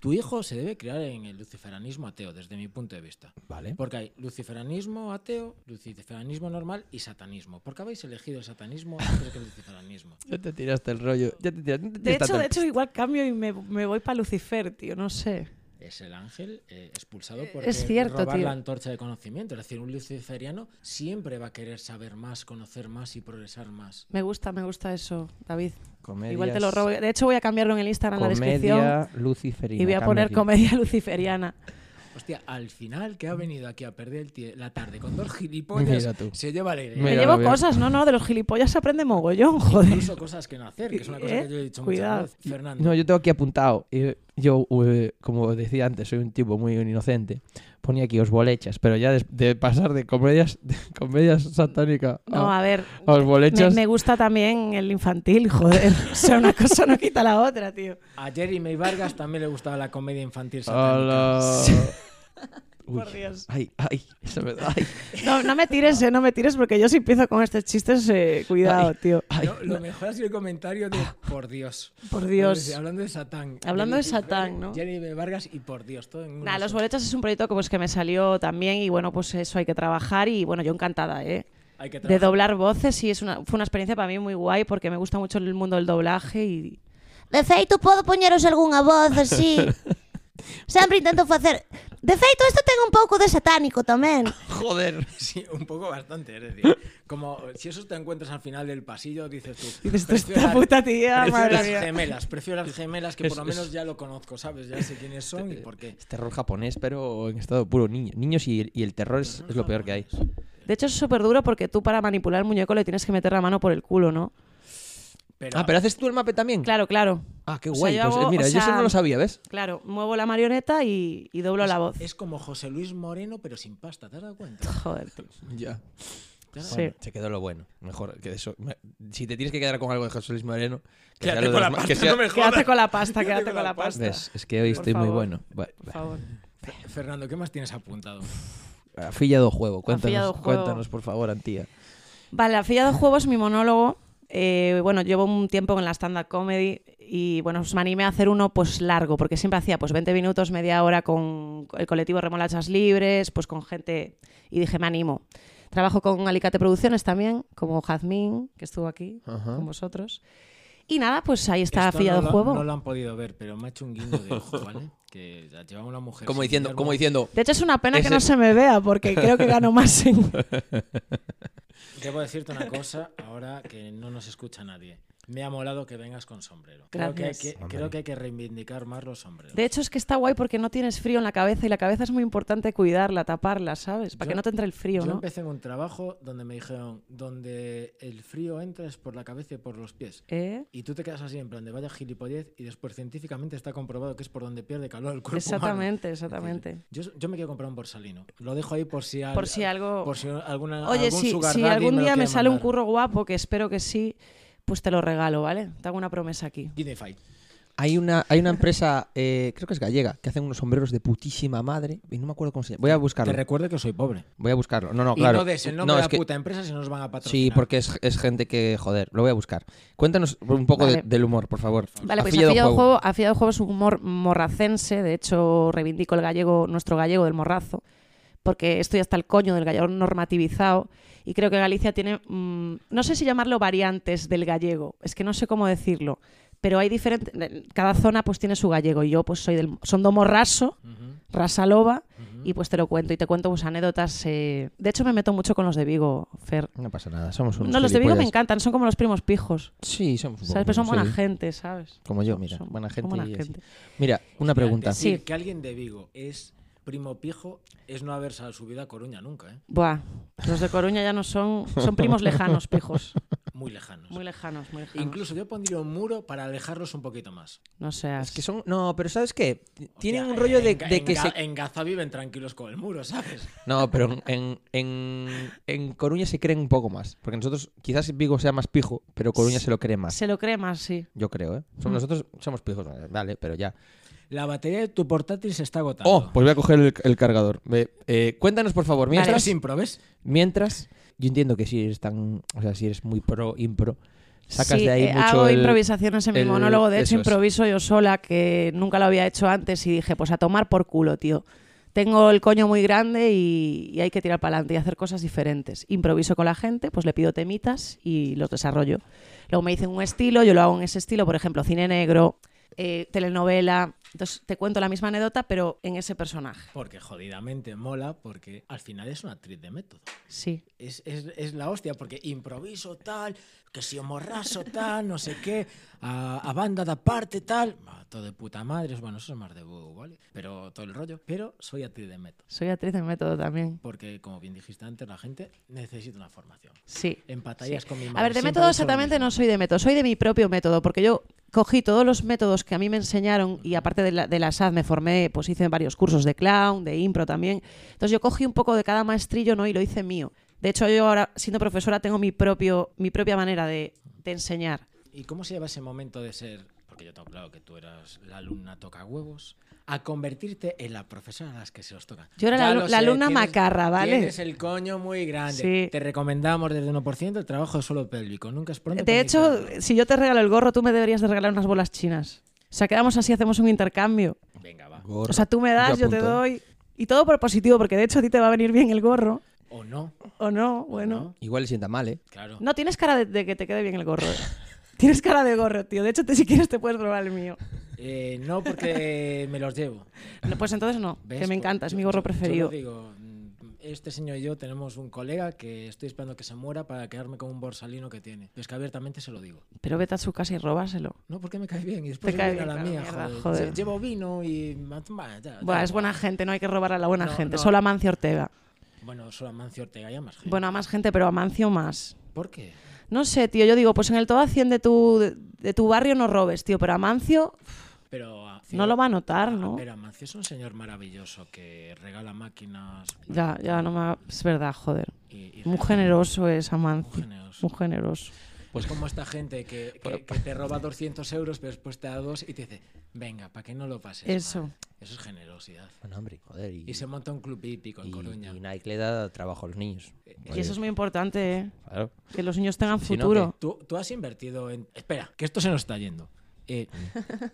Speaker 3: Tu hijo se debe crear en el luciferanismo ateo, desde mi punto de vista.
Speaker 1: Vale.
Speaker 3: Porque hay luciferanismo ateo, luciferanismo normal y satanismo. ¿Por qué habéis elegido el satanismo antes que el luciferanismo?
Speaker 1: Ya te tiraste el rollo. Ya te tiraste.
Speaker 2: De hecho, de hecho igual cambio y me, me voy para Lucifer, tío, no sé.
Speaker 3: Es el ángel eh, expulsado por
Speaker 2: es cierto,
Speaker 3: robar
Speaker 2: tío.
Speaker 3: la antorcha de conocimiento. Es decir, un luciferiano siempre va a querer saber más, conocer más y progresar más.
Speaker 2: Me gusta, me gusta eso, David. Igual te lo robo. De hecho, voy a cambiarlo en el Instagram, en la descripción.
Speaker 1: Comedia luciferina.
Speaker 2: Y voy a poner
Speaker 1: cambia
Speaker 2: comedia luciferiana.
Speaker 3: Hostia, al final que ha venido aquí a perder el tie- la tarde con dos
Speaker 1: Mira
Speaker 3: gilipollas,
Speaker 1: tú.
Speaker 3: se lleva la idea.
Speaker 2: Me
Speaker 1: Mira,
Speaker 2: llevo
Speaker 1: lo veo.
Speaker 2: cosas, no, no, de los gilipollas se aprende mogollón, joder.
Speaker 3: Incluso cosas que no hacer, que es una cosa
Speaker 2: Eh,
Speaker 3: que yo he dicho
Speaker 2: cuidado.
Speaker 3: muchas veces. Fernando,
Speaker 1: aquí. No, yo tengo aquí apuntado. Eh, Yo, eh, como decía antes, soy un tipo muy inocente. Ponía aquí os bolechas, pero ya des- de, pasar de comedias, de comedias satánica
Speaker 2: No,
Speaker 1: a,
Speaker 2: a ver.
Speaker 1: a os
Speaker 2: Me,
Speaker 1: bolechas.
Speaker 2: me gusta también el infantil, joder. O sea, una cosa no quita la otra, tío.
Speaker 3: a Jeremy Vargas también le gustaba la comedia infantil satánica.
Speaker 1: Hola. Uy,
Speaker 2: Por Dios.
Speaker 1: Ay, ay, eso me da. Ay,
Speaker 2: No, no me tires, eh, no me tires, porque yo si empiezo con estos chistes, eh, cuidado,
Speaker 1: Ay.
Speaker 2: tío.
Speaker 1: ay.
Speaker 3: No, lo mejor ha sido el comentario de por Dios.
Speaker 2: Ah. Por Dios.
Speaker 3: Hablando de Satán.
Speaker 2: Hablando de
Speaker 3: Jeremy-
Speaker 2: Satán, ¿no?
Speaker 3: Jeremy Vargas y por Dios, todo en una
Speaker 2: Nah, los
Speaker 3: sola.
Speaker 2: bolechas es un proyecto que, pues, que me salió también y bueno, pues eso hay que trabajar y bueno, yo encantada, ¿eh?
Speaker 3: Hay que
Speaker 2: De
Speaker 3: trabajar.
Speaker 2: doblar voces y es una, fue una experiencia para mí muy guay porque me gusta mucho el mundo del doblaje y... De feito, puedo poñeros algunha voz así...
Speaker 4: Sempre intento facer... De feito, isto ten un pouco de satánico tamén.
Speaker 1: Joder.
Speaker 3: Sí, un poco bastante, es decir, como si eso te encuentras al final del pasillo, dices tú.
Speaker 2: Dices, "Esto es
Speaker 3: "Prefiero
Speaker 2: esta
Speaker 3: las-
Speaker 2: puta tía,
Speaker 3: prefiero
Speaker 2: madre
Speaker 3: las
Speaker 2: mía".
Speaker 3: gemelas, prefiero las gemelas que
Speaker 1: Es-
Speaker 3: por lo
Speaker 1: es-
Speaker 3: menos ya lo conozco, ¿sabes? Ya sé quiénes son y por qué.
Speaker 1: Es terror japonés, pero en estado puro. Niño, niños y, y el terror es, es lo peor que hay.
Speaker 2: De hecho, es súper duro porque tú para manipular el muñeco le tienes que meter la mano por el culo, ¿no?
Speaker 3: Pero,
Speaker 1: Ah, pero haces tú el mape también.
Speaker 3: Mm.
Speaker 2: Claro, claro.
Speaker 1: Ah, qué
Speaker 2: O sea,
Speaker 1: guay.
Speaker 2: yo
Speaker 1: pues, eh,
Speaker 2: hago-
Speaker 1: mira,
Speaker 2: o
Speaker 1: yo eso
Speaker 2: sea,
Speaker 1: no lo sabía, ¿ves?
Speaker 2: Claro, muevo la marioneta y, y doblo la voz.
Speaker 3: es como José Luis Moreno, pero sin pasta, ¿te has dado cuenta?
Speaker 2: Joder. tío.
Speaker 1: Ya.
Speaker 3: Claro.
Speaker 2: Sí.
Speaker 1: se quedó lo bueno. Mejor que eso. me- Si te tienes que quedar con algo de José Luis Moreno, que sea
Speaker 3: Quédate
Speaker 1: lo de
Speaker 3: con
Speaker 1: los
Speaker 3: la
Speaker 1: ma-
Speaker 3: pasta,
Speaker 1: que sea-
Speaker 3: no me
Speaker 2: Quédate
Speaker 3: jodas.
Speaker 2: con la pasta,
Speaker 3: Quédate
Speaker 2: quédate
Speaker 3: con
Speaker 2: con la
Speaker 3: la
Speaker 2: pasta.
Speaker 1: Ves, es que hoy
Speaker 2: Por
Speaker 1: estoy muy
Speaker 2: favor.
Speaker 1: bueno. Va-
Speaker 2: Por
Speaker 1: va.
Speaker 2: favor.
Speaker 3: Fernando, ¿qué más tienes apuntado?
Speaker 1: Afillado juego. Cuéntanos,
Speaker 2: Afillado juego.
Speaker 1: cuéntanos por favor, Antía.
Speaker 2: Vale, afiliado a juegos, mi monólogo. eh, bueno, llevo un tiempo en la stand-up comedy y bueno, pues me animé a hacer uno pues largo, porque siempre hacía pues 20 minutos, media hora con el colectivo Remolachas Libres, pues con gente y dije, me animo. Trabajo con Alicate Producciones también, como Jazmín, que estuvo aquí
Speaker 1: Ajá.
Speaker 2: con vosotros. Y nada, pues ahí está
Speaker 3: Esto
Speaker 2: afiliado
Speaker 3: no
Speaker 2: a
Speaker 3: lo-
Speaker 2: juego.
Speaker 3: No lo han podido ver, pero me ha hecho un guiño de ojo, ¿vale? Que ya llevamos la mujer.
Speaker 1: Como
Speaker 3: sin
Speaker 1: diciendo,
Speaker 3: verbo.
Speaker 1: como diciendo,
Speaker 2: De hecho, es una pena
Speaker 1: Ese-
Speaker 2: que no se me vea, porque creo que gano más en...
Speaker 3: Debo decirte una cosa ahora que no nos escucha nadie. Me ha molado que vengas con sombrero. Creo que, hay
Speaker 2: Gracias.
Speaker 3: que- creo que hay que reivindicar más los sombreros.
Speaker 2: De hecho, es que está guay porque no tienes frío en la cabeza y la cabeza es muy importante cuidarla, taparla, ¿sabes? Para
Speaker 3: Yo-
Speaker 2: que no te entre el frío,
Speaker 3: Yo
Speaker 2: ¿no?
Speaker 3: empecé en un trabajo donde me dijeron, donde el frío entra es por la cabeza y por los pies.
Speaker 2: ¿Eh?
Speaker 3: Y tú te quedas así en plan de vaya gilipollez y después científicamente está comprobado que es por donde pierde calor el cuerpo humano.
Speaker 2: Exactamente, exactamente.
Speaker 3: Yo, yo me quiero comprar un borsalino. Lo dejo ahí por si, al-
Speaker 2: Por si algo-
Speaker 3: por si alguna,
Speaker 2: Oye,
Speaker 3: algún
Speaker 2: si,
Speaker 3: sugar
Speaker 2: si
Speaker 3: daddy
Speaker 2: algún
Speaker 3: lo
Speaker 2: día me
Speaker 3: quiere
Speaker 2: sale un
Speaker 3: mandar.
Speaker 2: curro guapo, que espero que sí, pues te lo regalo, ¿vale? Te hago una promesa aquí.
Speaker 3: Guinea Fight.
Speaker 1: Hay una, hay una empresa, eh, creo que es gallega, que hacen unos sombreros de putísima madre. Y no me acuerdo cómo se llama. Voy a
Speaker 3: Te
Speaker 1: buscarlo.
Speaker 3: recuerdo que soy pobre.
Speaker 1: Voy a buscarlo. No, no, claro.
Speaker 3: Y no des el nombre
Speaker 1: No,
Speaker 3: de
Speaker 1: es
Speaker 3: la
Speaker 1: que-
Speaker 3: puta empresa si nos van a patrocinar.
Speaker 1: Sí, porque es, es gente que, joder, lo voy a buscar. Cuéntanos un poco de-
Speaker 2: Vale.
Speaker 1: del humor, por favor.
Speaker 2: Vale, pues
Speaker 1: Afillado
Speaker 2: Afillado, Juego, Afillado Juego es un humor morracense, de hecho reivindico el gallego, nuestro gallego del morrazo, porque estoy hasta el coño del gallego normativizado y creo que Galicia tiene, mm, no sé si llamarlo variantes del gallego, es que no sé cómo decirlo, pero hay diferentes, cada zona pues tiene su gallego y yo pues soy del, son do morraso,
Speaker 3: Ujú.
Speaker 2: rasa loba y pues te lo cuento y te cuento pues anécdotas, eh, de hecho me meto mucho con los de Vigo, Fer.
Speaker 1: No pasa nada, somos unos
Speaker 2: No, los de Vigo me
Speaker 1: gilipollas.
Speaker 2: encantan, son como los primos pijos,
Speaker 1: Sí, somos un
Speaker 2: ¿sabes?
Speaker 1: poco
Speaker 2: Pero son buena
Speaker 1: sí.
Speaker 2: gente, ¿sabes?
Speaker 1: Como yo, mira,
Speaker 2: Son-
Speaker 1: buena
Speaker 2: son
Speaker 1: gente.
Speaker 2: buena
Speaker 1: y así.
Speaker 2: gente.
Speaker 1: Mira, una pregunta.
Speaker 3: Decir
Speaker 2: Sí.
Speaker 3: que alguien de Vigo es primo pijo es no haber subido a Coruña nunca, ¿eh?
Speaker 2: Buah, los de Coruña ya no son. Son primos lejanos, pijos.
Speaker 3: Muy lejanos.
Speaker 2: Muy lejanos, muy lejanos.
Speaker 3: Incluso yo pondría un muro para alejarlos un poquito más.
Speaker 2: No seas.
Speaker 1: Es que son. No, pero ¿sabes qué? T-
Speaker 3: O
Speaker 1: Tienen
Speaker 3: sea,
Speaker 1: un rollo de,
Speaker 3: eh, en Ga-
Speaker 1: de
Speaker 3: en eh.
Speaker 1: que
Speaker 3: Ga-
Speaker 1: se.
Speaker 3: En Gaza viven tranquilos con el muro, ¿sabes?
Speaker 1: No, pero en, en, en Coruña se creen un poco más. Porque nosotros, quizás Vigo sea más pijo, pero Coruña se lo cree más.
Speaker 2: Se lo cree más, sí.
Speaker 1: Yo creo, ¿eh? Som- Nosotros somos pijos, eh, vale, pero ya.
Speaker 3: La batería de tu portátil se está agotando.
Speaker 1: Oh, pues voy a coger el, el cargador. Ve, eh, cuéntanos, por favor,
Speaker 3: Esto
Speaker 1: mientras.
Speaker 3: es impro, ¿ves?
Speaker 1: Mientras, yo entiendo que si eres tan. O sea, si eres muy pro impro, sacas
Speaker 2: Sí,
Speaker 1: de ahí
Speaker 2: eh,
Speaker 1: mucho.
Speaker 2: hago
Speaker 1: el-
Speaker 2: improvisaciones en mi
Speaker 1: el-
Speaker 2: monólogo. De
Speaker 1: eso
Speaker 2: hecho,
Speaker 1: es.
Speaker 2: improviso yo sola, que nunca lo había hecho antes, y dije, pues a tomar por culo, tío. Tengo el coño muy grande y, y hay que tirar para adelante y hacer cosas diferentes. Improviso con la gente, pues le pido temitas y los desarrollo. Luego me dicen un estilo, yo lo hago en ese estilo, por ejemplo, cine negro, eh, telenovela. Entonces te cuento la misma anécdota, pero en ese personaje.
Speaker 3: Porque jodidamente mola, porque al final es una actriz de método.
Speaker 2: Sí.
Speaker 3: Es, es- es la hostia, porque improviso tal, que si morraso tal, no sé qué, a, a banda de aparte tal, va, todo de puta madre, bueno, eso es más de búho, ¿vale? Pero todo el rollo, pero soy actriz de método.
Speaker 2: Soy actriz de método también.
Speaker 3: Porque, como bien dijiste antes, la gente necesita una formación.
Speaker 2: Sí.
Speaker 3: En batallas
Speaker 2: Sí.
Speaker 3: con mi madre.
Speaker 2: A ver, de
Speaker 3: siempre
Speaker 2: método
Speaker 3: he dicho lo
Speaker 2: exactamente
Speaker 3: mismo.
Speaker 2: no soy de método, soy de mi propio método, porque yo cogí todos los métodos que a mí me enseñaron y aparte de la, de la SAD me formé, pues hice varios cursos de clown, de impro también. Entonces yo cogí un poco de cada maestrillo ¿no? y lo hice mío. De hecho, yo ahora, siendo profesora, tengo mi, propio, mi propia manera de, de enseñar.
Speaker 3: ¿Y cómo se lleva ese momento de ser, porque yo tengo claro que tú eras la alumna toca huevos, a convertirte en la profesora a las que se los toca?
Speaker 2: Yo era
Speaker 3: Ya
Speaker 2: la-
Speaker 3: lo
Speaker 2: la alumna macarra, ¿vale?
Speaker 3: Tienes el coño muy grande.
Speaker 2: Sí.
Speaker 3: Te recomendamos desde 1% el trabajo de suelo pélvico. Nunca es pronto. para
Speaker 2: De hecho,
Speaker 3: iniciarlo.
Speaker 2: si yo te regalo el gorro, tú me deberías de regalar unas bolas chinas. O sea, quedamos así, hacemos un intercambio.
Speaker 3: "Ah, Venga, va.
Speaker 1: Gorro.
Speaker 2: O sea, tú me das, yo te
Speaker 1: apunto, ¿eh?
Speaker 2: doy. Y todo por positivo, porque de hecho a ti te va a venir bien el gorro.
Speaker 3: O no.
Speaker 2: ¿O no? Bueno.
Speaker 1: Igual le sienta mal, ¿eh?
Speaker 3: Claro.
Speaker 2: No, tienes cara de, de que te quede bien el gorro. eh. tienes cara de gorro, tío. De hecho, te, si quieres te puedes probar el mío.
Speaker 3: Eh, Eh, no, porque me los llevo.
Speaker 2: No, Pues entonces no,
Speaker 3: ¿Ves?
Speaker 2: que me
Speaker 3: Pues
Speaker 2: encanta, es
Speaker 3: yo-
Speaker 2: mi gorro
Speaker 3: yo- yo lo
Speaker 2: preferido.
Speaker 3: digo, mm, este señor y yo tenemos un colega que estoy esperando que se muera para quedarme con un borsalino que tiene. Es que abiertamente se lo digo.
Speaker 2: Pero vete a su casa y róbaselo.
Speaker 3: No, porque me cae bien. Y después
Speaker 2: Te
Speaker 3: viene
Speaker 2: cae
Speaker 3: a la
Speaker 2: bien,
Speaker 3: mía,
Speaker 2: claro, mierda,
Speaker 3: joder.
Speaker 2: joder.
Speaker 3: Sí, Llevo vino y... Bah, ya,
Speaker 2: Buah,
Speaker 3: da
Speaker 2: es buena
Speaker 3: igual.
Speaker 2: gente, no hay que robar a la buena
Speaker 3: No,
Speaker 2: gente,
Speaker 3: no.
Speaker 2: solo a Mancio Ortega.
Speaker 3: Bueno, solo Amancio Ortega y a más gente.
Speaker 2: Bueno, a más gente, pero a Mancio más.
Speaker 3: ¿Por qué?
Speaker 2: No sé, tío, yo digo, pues en el todo 100 de tu, de, tu barrio no robes, tío, pero a Mancio
Speaker 3: Pero a- Ah,
Speaker 2: no lo va a notar, ¿no?
Speaker 3: Pero Amancio es un señor maravilloso que regala máquinas
Speaker 2: Ya, ya no me... ha- Es verdad, joder.
Speaker 3: y... y
Speaker 2: Muy
Speaker 3: regala-
Speaker 2: generoso es
Speaker 3: muy
Speaker 2: Amancio.
Speaker 3: generoso.
Speaker 2: Muy generoso.
Speaker 3: Es como esta gente que, que- que te roba 200 euros, pero después te da dos y te dice, venga, para que no lo pases. mal".
Speaker 2: Eso.
Speaker 3: Eso es generosidad.
Speaker 1: Bueno, hombre, joder. Y,
Speaker 3: Y se monta un club hípico en
Speaker 1: y-
Speaker 3: Coruña. Eh,
Speaker 1: y Nike le da trabajo a los niños.
Speaker 2: Y eso es muy importante, ¿eh?
Speaker 1: Claro.
Speaker 2: que los niños tengan
Speaker 1: Si no,
Speaker 2: futuro.
Speaker 3: ¿Tú, tú has invertido en... Espera, que esto se nos está yendo. Eh,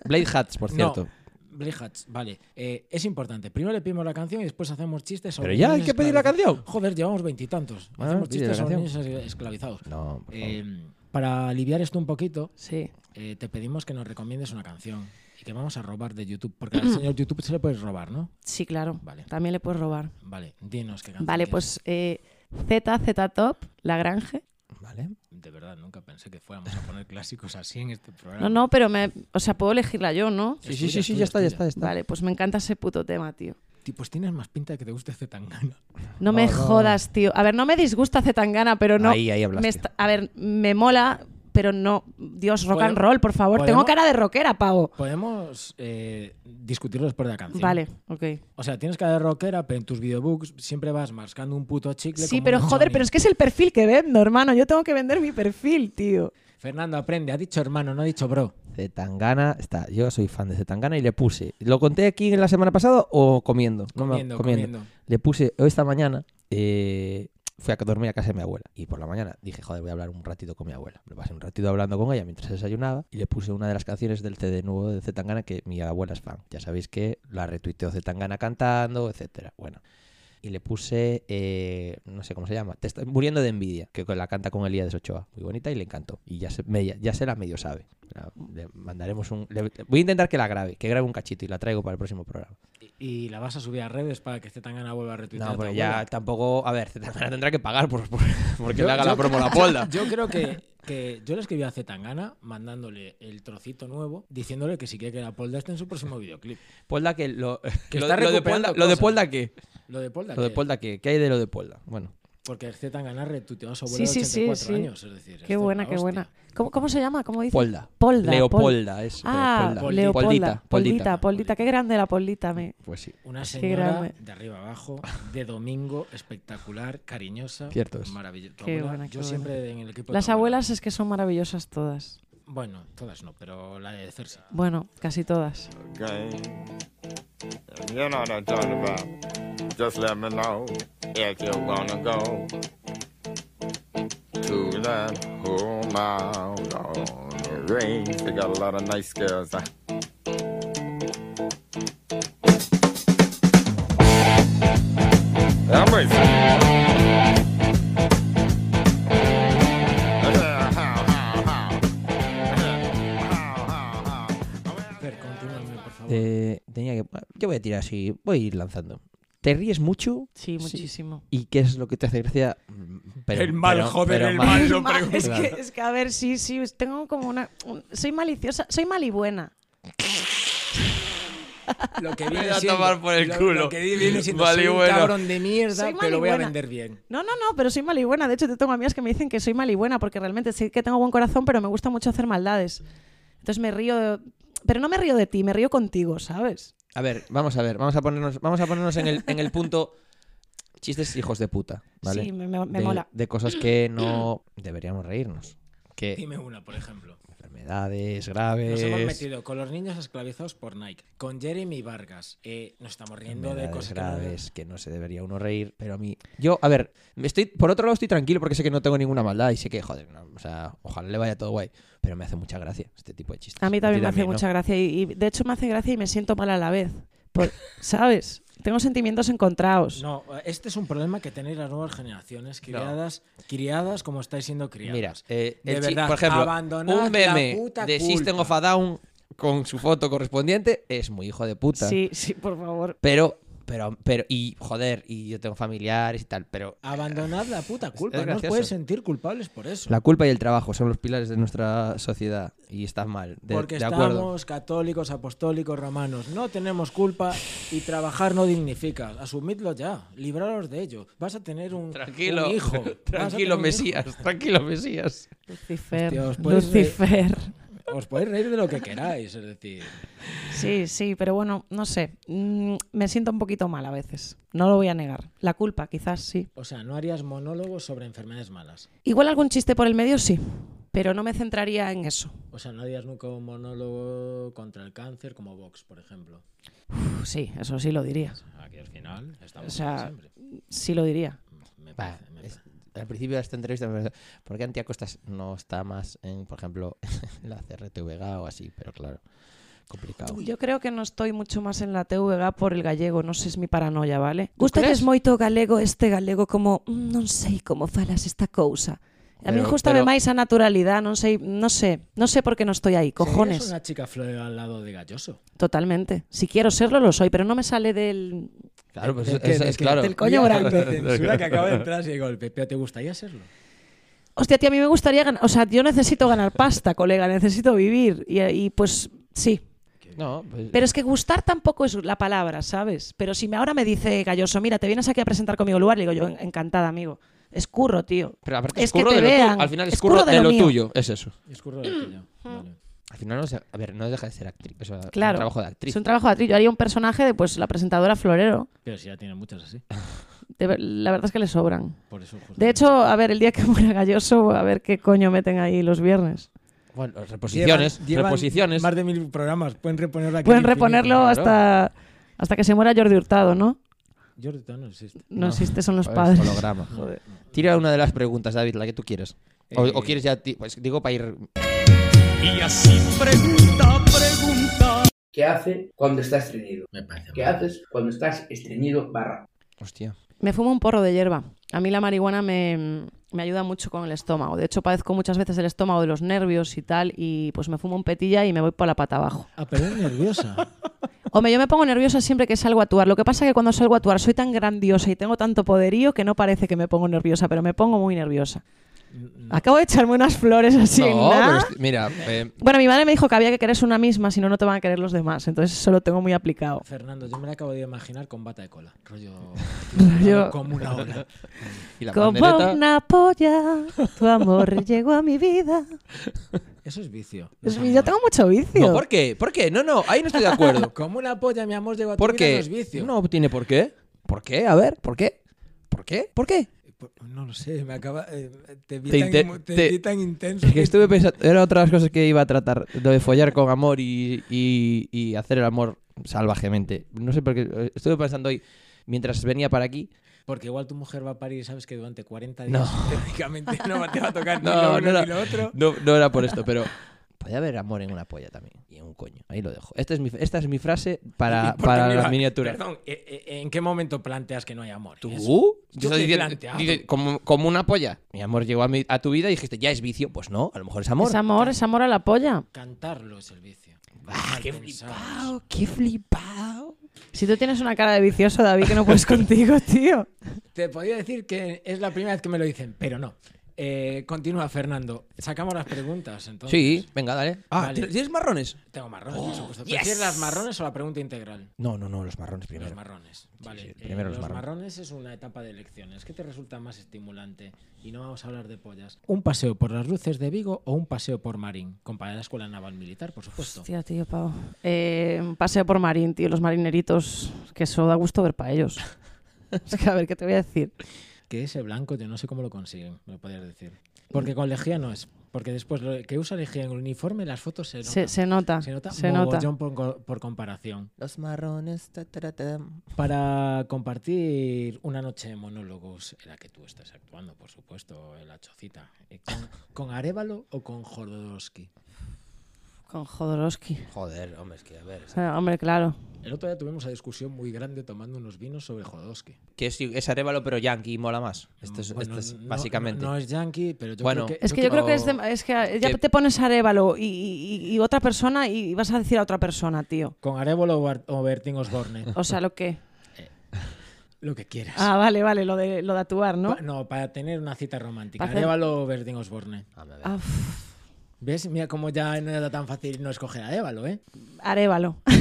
Speaker 1: Blade Hats, por
Speaker 3: no,
Speaker 1: cierto.
Speaker 3: Blade Hats, vale. Eh, es importante. Primero le pedimos la canción y después hacemos chistes sobre
Speaker 1: Pero ya, hay
Speaker 3: niños
Speaker 1: que pedir la
Speaker 3: esclavizados.
Speaker 1: canción.
Speaker 3: Joder, llevamos veintitantos.
Speaker 1: Ah,
Speaker 3: hacemos
Speaker 1: pide la
Speaker 3: chistes sobre niños
Speaker 1: canción.
Speaker 3: esclavizados.
Speaker 1: No, por favor.
Speaker 3: Eh, para aliviar esto un poquito,
Speaker 2: Sí.
Speaker 3: eh, te pedimos que nos recomiendes una canción y que vamos a robar de YouTube, porque al señor YouTube se le puedes robar, ¿no?
Speaker 2: Sí, claro.
Speaker 3: Vale.
Speaker 2: También le puedes robar.
Speaker 3: Vale, dinos qué canción.
Speaker 2: Vale,
Speaker 3: quieres.
Speaker 2: pues eh, Z, Z Top, Lagrange.
Speaker 1: Vale.
Speaker 3: De verdad, nunca pensé que fuéramos a poner clásicos así en este
Speaker 2: No,
Speaker 3: programa.
Speaker 2: no, pero me. O sea, puedo elegirla yo, ¿no?
Speaker 1: Sí,
Speaker 3: Es
Speaker 1: sí,
Speaker 3: tuya,
Speaker 1: sí, sí,
Speaker 3: es
Speaker 1: ya está,
Speaker 3: tuya,
Speaker 1: ya
Speaker 3: es tuya.
Speaker 1: está, ya está.
Speaker 2: Vale, pues me encanta ese puto tema, tío.
Speaker 3: Ti- Pues tienes más pinta de que te guste Zetangana.
Speaker 2: No me
Speaker 1: No, no.
Speaker 2: jodas, tío. A ver, no me disgusta Zetangana, pero no.
Speaker 1: Ahí, ahí hablaste.
Speaker 2: me está- a ver, me mola, pero no. Dios, rock and
Speaker 3: ¿Podemos-
Speaker 2: roll, por favor. Tengo
Speaker 3: podemos-
Speaker 2: cara de rockera, pavo.
Speaker 3: Podemos eh, discutirlo después de la canción.
Speaker 2: Vale, ok.
Speaker 3: O sea, tienes cara de rockera, pero en tus videobooks siempre vas marcando un puto chicle.
Speaker 2: Sí,
Speaker 3: como
Speaker 2: pero
Speaker 3: un
Speaker 2: joder,
Speaker 3: Johnny.
Speaker 2: pero es que es el perfil que vendo, hermano. Yo tengo que vender mi perfil, tío.
Speaker 3: Fernando, aprende. Ha dicho hermano, no ha dicho bro.
Speaker 1: Zetangana, está. Yo soy fan de Zetangana y le puse. ¿Lo conté aquí en la semana pasada o comiendo? No me-
Speaker 3: Comiendo, comiendo.
Speaker 1: Le puse hoy esta mañana. eh, fui a dormir a casa de mi abuela. Y por la mañana dije, joder, voy a hablar un ratito con mi abuela. Me pasé un ratito hablando con ella mientras desayunaba. Y le puse una de las canciones del CD nuevo de Zetangana que mi abuela es fan. Ya sabéis que la retuiteó Zetangana cantando, etcétera. Bueno. Y le puse, eh, no sé cómo se llama, Te estoy muriendo de envidia, que con- la canta con Elías Ochoa. Muy bonita y le encantó. Y ya se, me- ya se la medio sabe. La- le mandaremos un... le- voy a intentar que la grabe, que grabe un cachito y la traigo para el próximo programa.
Speaker 3: Y- Y la vas a subir a redes para que Zetangana vuelva a retuitear. a
Speaker 1: No,
Speaker 3: tu
Speaker 1: pero ya
Speaker 3: abuela.
Speaker 1: tampoco. A ver, Zetangana tendrá que pagar por, por- porque
Speaker 3: Yo-
Speaker 1: le haga
Speaker 3: yo
Speaker 1: la promo a la
Speaker 3: creo-
Speaker 1: polda.
Speaker 3: Yo creo que, que yo le escribí a Zetangana mandándole el trocito nuevo, diciéndole que si quiere que la polda esté en su próximo videoclip.
Speaker 1: Polda que lo.
Speaker 3: Que
Speaker 1: lo,
Speaker 3: está
Speaker 1: lo de
Speaker 3: recuperando
Speaker 1: polda, lo de
Speaker 3: cosas.
Speaker 1: polda qué.
Speaker 3: Lo de polda.
Speaker 1: Lo de
Speaker 3: que-
Speaker 1: polda qué. ¿Qué hay de lo de polda? Bueno.
Speaker 3: Porque Zetangana retuiteó a su
Speaker 2: Sí,
Speaker 3: abuela
Speaker 2: sí,
Speaker 3: de
Speaker 2: sí,
Speaker 3: 84
Speaker 2: sí.
Speaker 3: años. Es decir, esto
Speaker 2: Qué
Speaker 3: es
Speaker 2: buena,
Speaker 3: la
Speaker 2: qué
Speaker 3: hostia.
Speaker 2: buena. ¿Cómo, cómo se llama? ¿Cómo dice?
Speaker 1: Polda.
Speaker 2: Polda,
Speaker 1: Leopolda es. pero
Speaker 2: Ah,
Speaker 1: polda.
Speaker 3: Leopolda.
Speaker 2: Leopoldita. Poldita, Poldita,
Speaker 1: Poldita.
Speaker 2: Qué grande la Poldita, me.
Speaker 1: Pues sí.
Speaker 3: Una
Speaker 2: Qué
Speaker 3: señora
Speaker 2: grande.
Speaker 3: de arriba abajo, de domingo, espectacular, cariñosa,
Speaker 1: Cierto es.
Speaker 3: maravillosa. Tu
Speaker 2: Qué
Speaker 3: abuela,
Speaker 2: buena, qué
Speaker 3: yo
Speaker 2: buena.
Speaker 3: siempre en el equipo. de
Speaker 2: Las
Speaker 3: tu abuela-
Speaker 2: abuelas es que son maravillosas todas.
Speaker 3: Bueno, todas no, pero la de Cersei.
Speaker 2: Bueno, casi todas.
Speaker 5: game. If you know what I'm talking about, just let me know if you wanna go to that home out on the range. They got a lot of nice girls. huh? Emerson. How, how, how. How, how, how.
Speaker 3: Fer, continúame, por favor.
Speaker 1: Eh, tenía que. Yo voy a tirar así. Voy a ir lanzando. ¿Te ríes mucho?
Speaker 2: Sí, muchísimo.
Speaker 1: ¿Y qué es lo que te hace gracia? Mm, pero-
Speaker 3: El mal,
Speaker 1: pero-
Speaker 3: joder,
Speaker 1: pero
Speaker 3: el
Speaker 1: mal.
Speaker 3: mal. Lo
Speaker 2: Ma- es, que,
Speaker 1: Claro.
Speaker 2: es que, a ver, sí, sí, tengo como una. un- soy maliciosa, soy malibuena.
Speaker 3: Lo que viene
Speaker 1: voy a
Speaker 3: siendo-
Speaker 1: tomar por el
Speaker 3: lo-
Speaker 1: culo.
Speaker 3: Lo que viene siendo
Speaker 1: Vale,
Speaker 3: soy un
Speaker 1: bueno.
Speaker 3: cabrón de mierda,
Speaker 2: Soy
Speaker 3: pero lo voy a
Speaker 2: malibuena.
Speaker 3: vender bien.
Speaker 2: No, no, no, pero soy malibuena. De hecho, te tengo amigas que me dicen que soy malibuena porque realmente sí que tengo buen corazón, pero me gusta mucho hacer maldades. Entonces me río. de- Pero no me río de ti, me río contigo, ¿sabes?
Speaker 1: A ver, vamos a ver. Vamos a ponernos, vamos a ponernos en, el, en el punto. Chistes hijos de puta. ¿vale?
Speaker 2: Sí, me, me- me
Speaker 1: de,
Speaker 2: mola.
Speaker 1: de cosas que no deberíamos reírnos. Que
Speaker 3: Dime una, por ejemplo.
Speaker 1: enfermedades
Speaker 3: Nos hemos
Speaker 1: graves.
Speaker 3: metido con los niños esclavizados por Nike, con Jeremy Vargas. Eh, nos estamos riendo de
Speaker 1: Enfermedades
Speaker 3: cosas
Speaker 1: graves que no se debería uno reír, pero a mí. Yo, a ver, me estoy. Por otro lado, estoy tranquilo porque sé que no tengo ninguna maldad y sé que, joder, no, o sea, ojalá le vaya todo guay. Pero me hace mucha gracia este tipo de chistes.
Speaker 2: A mí también
Speaker 1: ti
Speaker 2: me hace
Speaker 1: ¿no?
Speaker 2: mucha gracia y, y, de hecho me hace gracia y me siento mal a la vez. Por- ¿Sabes? Tengo sentimientos encontrados.
Speaker 3: No, No, este es un problema que tenéis las nuevas generaciones,
Speaker 1: No.
Speaker 3: criadas, criadas como estáis siendo criadas.
Speaker 1: Mira, eh,
Speaker 3: De
Speaker 1: el chi-
Speaker 3: verdad,
Speaker 1: por ejemplo,
Speaker 3: abandonad
Speaker 1: un
Speaker 3: la
Speaker 1: meme
Speaker 3: puta
Speaker 1: de System
Speaker 3: culpa.
Speaker 1: of a Down con su foto correspondiente, es muy hijo de puta.
Speaker 2: Sí, sí, por favor.
Speaker 1: Pero, pero, pero, y joder, y yo tengo familiares y tal, pero
Speaker 3: Abandonad la puta culpa.
Speaker 1: es
Speaker 3: no os
Speaker 1: gracioso.
Speaker 3: puedes sentir culpables por eso.
Speaker 1: la culpa y el trabajo son los pilares de nuestra sociedad y estás mal. De,
Speaker 3: Porque
Speaker 1: de
Speaker 3: estamos
Speaker 1: acuerdo.
Speaker 3: católicos, apostólicos, romanos. No tenemos culpa y trabajar no dignifica. Asumidlo ya. Libraros de ello. Vas a tener un,
Speaker 1: Tranquilo,
Speaker 3: un hijo. Vas a tener
Speaker 1: tranquilo,
Speaker 3: un
Speaker 1: Mesías, tranquilo, Mesías.
Speaker 2: Lucifer.
Speaker 3: Hostia, os podéis
Speaker 2: Lucifer.
Speaker 3: hijo. Os podéis reír de lo que queráis. Es decir,
Speaker 2: Sí, sí, pero bueno, no sé. Mm, me siento un poquito mal a veces. No lo voy a negar. La culpa, quizás sí.
Speaker 3: o sea, no harías monólogos sobre enfermedades malas.
Speaker 2: Igual algún chiste por el medio, sí. Pero no me centraría en eso.
Speaker 3: O sea, no harías nunca un monólogo contra el cáncer como Vox, por ejemplo.
Speaker 2: Uf, sí, eso sí lo diría.
Speaker 3: Aquí al final estamos
Speaker 2: O sea,
Speaker 3: como siempre.
Speaker 2: Sí lo diría.
Speaker 3: Me
Speaker 1: Va,
Speaker 3: parece, me
Speaker 1: es-
Speaker 3: parece.
Speaker 1: al principio de esta entrevista me pareció, ¿por qué Antiacostas no está más en, por ejemplo, en la CRTVG o así? Pero claro, complicado.
Speaker 2: Yo creo que no estoy mucho más en la TVG por el gallego, no sé, es mi paranoia, ¿vale?
Speaker 1: crees?
Speaker 2: Gustalles moito o galego este galego como "Mm, non sei como falas esta cousa. A mí
Speaker 1: Pero- Eh,
Speaker 2: gustame
Speaker 1: pero-
Speaker 2: máis a naturalidade, non sei, non sé, non sé por que non estoy aí,
Speaker 3: Eres
Speaker 2: cojones.
Speaker 3: una chica flor al lado de Galloso.
Speaker 2: Totalmente. Si quiero serlo lo soy, pero no me sale del
Speaker 1: Claro, pues
Speaker 3: ¿De
Speaker 1: es,
Speaker 3: qué?
Speaker 1: es-
Speaker 3: ¿De
Speaker 1: es
Speaker 3: qué?
Speaker 1: claro.
Speaker 2: Del coño grande.
Speaker 3: Censura que acaba de entrar así de golpe. Pero te gustaría serlo.
Speaker 2: Hostia, tía, a mí me gustaría ganar, o sea, yo necesito ganar pasta, colega, necesito vivir y, y pues sí.
Speaker 1: No, pues-
Speaker 2: Pero es que gustar tampoco es la palabra, ¿sabes? Pero si me, ahora me dice Galloso, mira, te vienes aquí a presentar conmigo el lugar, le digo yo, "En- encantada, amigo. Es curro, tío.
Speaker 1: pero aparte
Speaker 2: es
Speaker 1: es curro
Speaker 2: que
Speaker 1: de
Speaker 2: te
Speaker 1: lo tu-
Speaker 2: vean.
Speaker 1: Al final es
Speaker 2: Es
Speaker 1: curro
Speaker 2: curro de
Speaker 1: de
Speaker 2: lo
Speaker 1: lo
Speaker 2: mío.
Speaker 1: tuyo, es eso.
Speaker 3: Discurro del tuyo. Vale.
Speaker 1: Al final, no se- a ver, no deja de ser actriz. O sea, es un
Speaker 2: Claro.
Speaker 1: trabajo de actriz.
Speaker 2: Es un trabajo de actriz. Yo haría un personaje de pues la presentadora Florero.
Speaker 3: Pero si ya tiene muchas así.
Speaker 2: De ver- la verdad es que le sobran.
Speaker 3: Por eso
Speaker 2: De hecho, a ver, el día que muera Galloso, a ver qué coño meten ahí los viernes.
Speaker 1: Bueno, reposiciones, reposiciones.
Speaker 3: Más de mil programas. Pueden reponerlo aquí.
Speaker 2: Pueden
Speaker 3: al infinito.
Speaker 2: reponerlo
Speaker 1: claro.
Speaker 2: hasta, hasta que se muera Jordi Hurtado, ¿no?
Speaker 3: Jordi Tano existe.
Speaker 2: No,
Speaker 1: No.
Speaker 2: existe, son los
Speaker 3: pues,
Speaker 1: Joder,
Speaker 2: padres.
Speaker 1: holograma, joder. Tira una de las preguntas, David, la que tú quieras. O, o quieres ya, ti- pues, digo, para ir
Speaker 6: Y así pregunta, pregunta.
Speaker 7: ¿Qué hace cuando está estreñido?
Speaker 3: Me parece.
Speaker 7: ¿Qué haces cuando estás estreñido barra?
Speaker 1: Hostia.
Speaker 2: Me fumo un porro de hierba. A mí la marihuana me, me ayuda mucho con el estómago. De hecho, padezco muchas veces el estómago de los nervios y tal, y pues me fumo un petilla y me voy por la pata abajo.
Speaker 3: Ah, pero es nerviosa.
Speaker 2: Hombre, yo me pongo nerviosa siempre que salgo a actuar. Lo que pasa es que cuando salgo a actuar soy tan grandiosa y tengo tanto poderío que no parece que me pongo nerviosa, pero me pongo muy nerviosa. Acabo de echarme unas flores así. en
Speaker 1: Mm, no,
Speaker 2: nada.
Speaker 1: pero esti- mira, eh,
Speaker 2: Bueno, mi madre me dijo que había que quererse una misma, si no, no te van a querer los demás. Entonces, eso lo tengo muy aplicado.
Speaker 3: Fernando, yo me la acabo de imaginar con bata de cola. Rollo.
Speaker 2: Rollo-
Speaker 3: Como una hora.
Speaker 1: y la
Speaker 2: Como
Speaker 1: pandereta-
Speaker 2: una polla, tu amor llegó a mi vida.
Speaker 3: Eso es vicio.
Speaker 2: Es mi- yo tengo mucho vicio.
Speaker 1: No, ¿por qué? ¿Por qué? No, no, ahí no estoy de acuerdo.
Speaker 3: Como una polla, mi amor, llegó a tu
Speaker 1: ¿Por
Speaker 3: vida, no
Speaker 1: qué?
Speaker 3: es vicio.
Speaker 1: No tiene por qué. ¿Por qué? A ver, ¿por qué? ¿Por qué? ¿Por qué?
Speaker 3: Por- No lo sé, me acaba. eh, te vi
Speaker 1: Te
Speaker 3: tan,
Speaker 1: inte-
Speaker 3: inmo- te
Speaker 1: te-
Speaker 3: vi tan intenso.
Speaker 1: Es que estuve pensando, era otra de las cosas que iba a tratar, lo de follar con amor y, y- y hacer el amor salvajemente. No sé por qué, eh, estuve pensando hoy, mientras venía para aquí,
Speaker 3: Porque igual tu mujer va a parir y sabes que durante 40
Speaker 1: No.
Speaker 3: días teóricamente no te va a tocar
Speaker 1: No,
Speaker 3: ni lo uno
Speaker 1: no,
Speaker 3: ni lo otro.
Speaker 1: no, no era por esto, pero podía haber amor en una polla también y en un coño. Ahí lo dejo. Esta es mi, esta es mi frase
Speaker 3: ¿Y
Speaker 1: para,
Speaker 3: por qué
Speaker 1: para
Speaker 3: me
Speaker 1: la
Speaker 3: iba-
Speaker 1: miniatura.
Speaker 3: Perdón, ¿eh, eh, ¿en qué momento planteas que no hay amor?
Speaker 1: ¿Tú?
Speaker 3: Eso.
Speaker 1: Yo
Speaker 3: Yo
Speaker 1: estoy
Speaker 3: qué
Speaker 1: diciendo-
Speaker 3: planteado.
Speaker 1: dice, como, como una polla. Mi amor llegó a, mi- a tu vida y dijiste, ya es vicio. Pues no, a lo mejor es amor.
Speaker 2: Es amor, es amor a la polla.
Speaker 3: Cantarlo es el vicio.
Speaker 1: qué
Speaker 3: pensado.
Speaker 1: flipado, Oh, qué flipado.
Speaker 2: Si tú tienes una cara de vicioso, David, que no puedes contigo, tío.
Speaker 3: Te podía decir que es la primera vez que me lo dicen, pero no. Eh, continúa, Fernando. Sacamos las preguntas, entonces.
Speaker 1: Sí, Oh, venga, dale. Ah,
Speaker 3: Vale.
Speaker 1: ¿tienes marrones?
Speaker 3: Tengo marrones, por supuesto. ¿Prefieres las marrones o la pregunta integral?
Speaker 1: No, no, no, los marrones primero.
Speaker 3: Los marrones. Vale.
Speaker 1: sí,
Speaker 3: Eh,
Speaker 1: primero los
Speaker 3: los
Speaker 1: marrones.
Speaker 3: marrones. es una etapa de elecciones. ¿Qué te resulta más estimulante? Y no vamos a hablar de pollas. ¿Un paseo por las luces de Vigo o un paseo por Marín? Comparada a la escuela naval militar, por supuesto.
Speaker 2: Hostia, tío, pavo. Eh, un paseo por Marín, tío, los marineritos, que eso da gusto ver para ellos. Es que, a ver, ¿qué te voy a decir?
Speaker 3: Que ese blanco, yo no sé cómo lo consiguen, me lo podrías decir. Porque con lejía no es. Porque después lo que usa lejía en el uniforme, las fotos se notan.
Speaker 2: Se, se nota,
Speaker 3: Se nota
Speaker 2: se nota.
Speaker 3: mogollón Por, co- por comparación.
Speaker 1: Los marrones. ta, ta, ta, ta.
Speaker 3: Para compartir una noche de monólogos en la que tú estás actuando, por supuesto, en la chocita. eh, ¿Con, con Arevalo o con Jodorowsky?
Speaker 2: Con Jodorowsky.
Speaker 1: Joder, hombre, es que a ver.
Speaker 2: O sea, hombre, claro.
Speaker 3: El otro día tuvimos una discusión muy grande tomando unos vinos sobre Jodorowsky.
Speaker 1: Que es, es Arevalo, pero Yankee mola más. Esto es,
Speaker 3: Bueno,
Speaker 1: esto es
Speaker 3: no-
Speaker 1: básicamente.
Speaker 3: No, es yankee, pero yo
Speaker 1: Bueno.
Speaker 3: creo que.
Speaker 2: Es que yo creo que es,
Speaker 1: creo-
Speaker 2: de- es que ya
Speaker 1: que-
Speaker 2: te pones Arevalo y, y- y otra persona y vas a decir a otra persona, tío.
Speaker 3: Con Arevalo o Bar- o Bertín Osborne.
Speaker 2: O sea, lo que.
Speaker 3: lo que quieras.
Speaker 2: Ah, vale, vale, lo de, lo de actuar, ¿no?
Speaker 3: Pa- no, para tener una cita romántica.
Speaker 2: Para hacer-
Speaker 3: Arevalo o Bertín Osborne.
Speaker 1: Ah, me ve.
Speaker 2: Ah, uf,
Speaker 3: ¿Ves? Mira cómo ya no era tan fácil no escoger a Arevalo, ¿eh?
Speaker 2: Arévalo.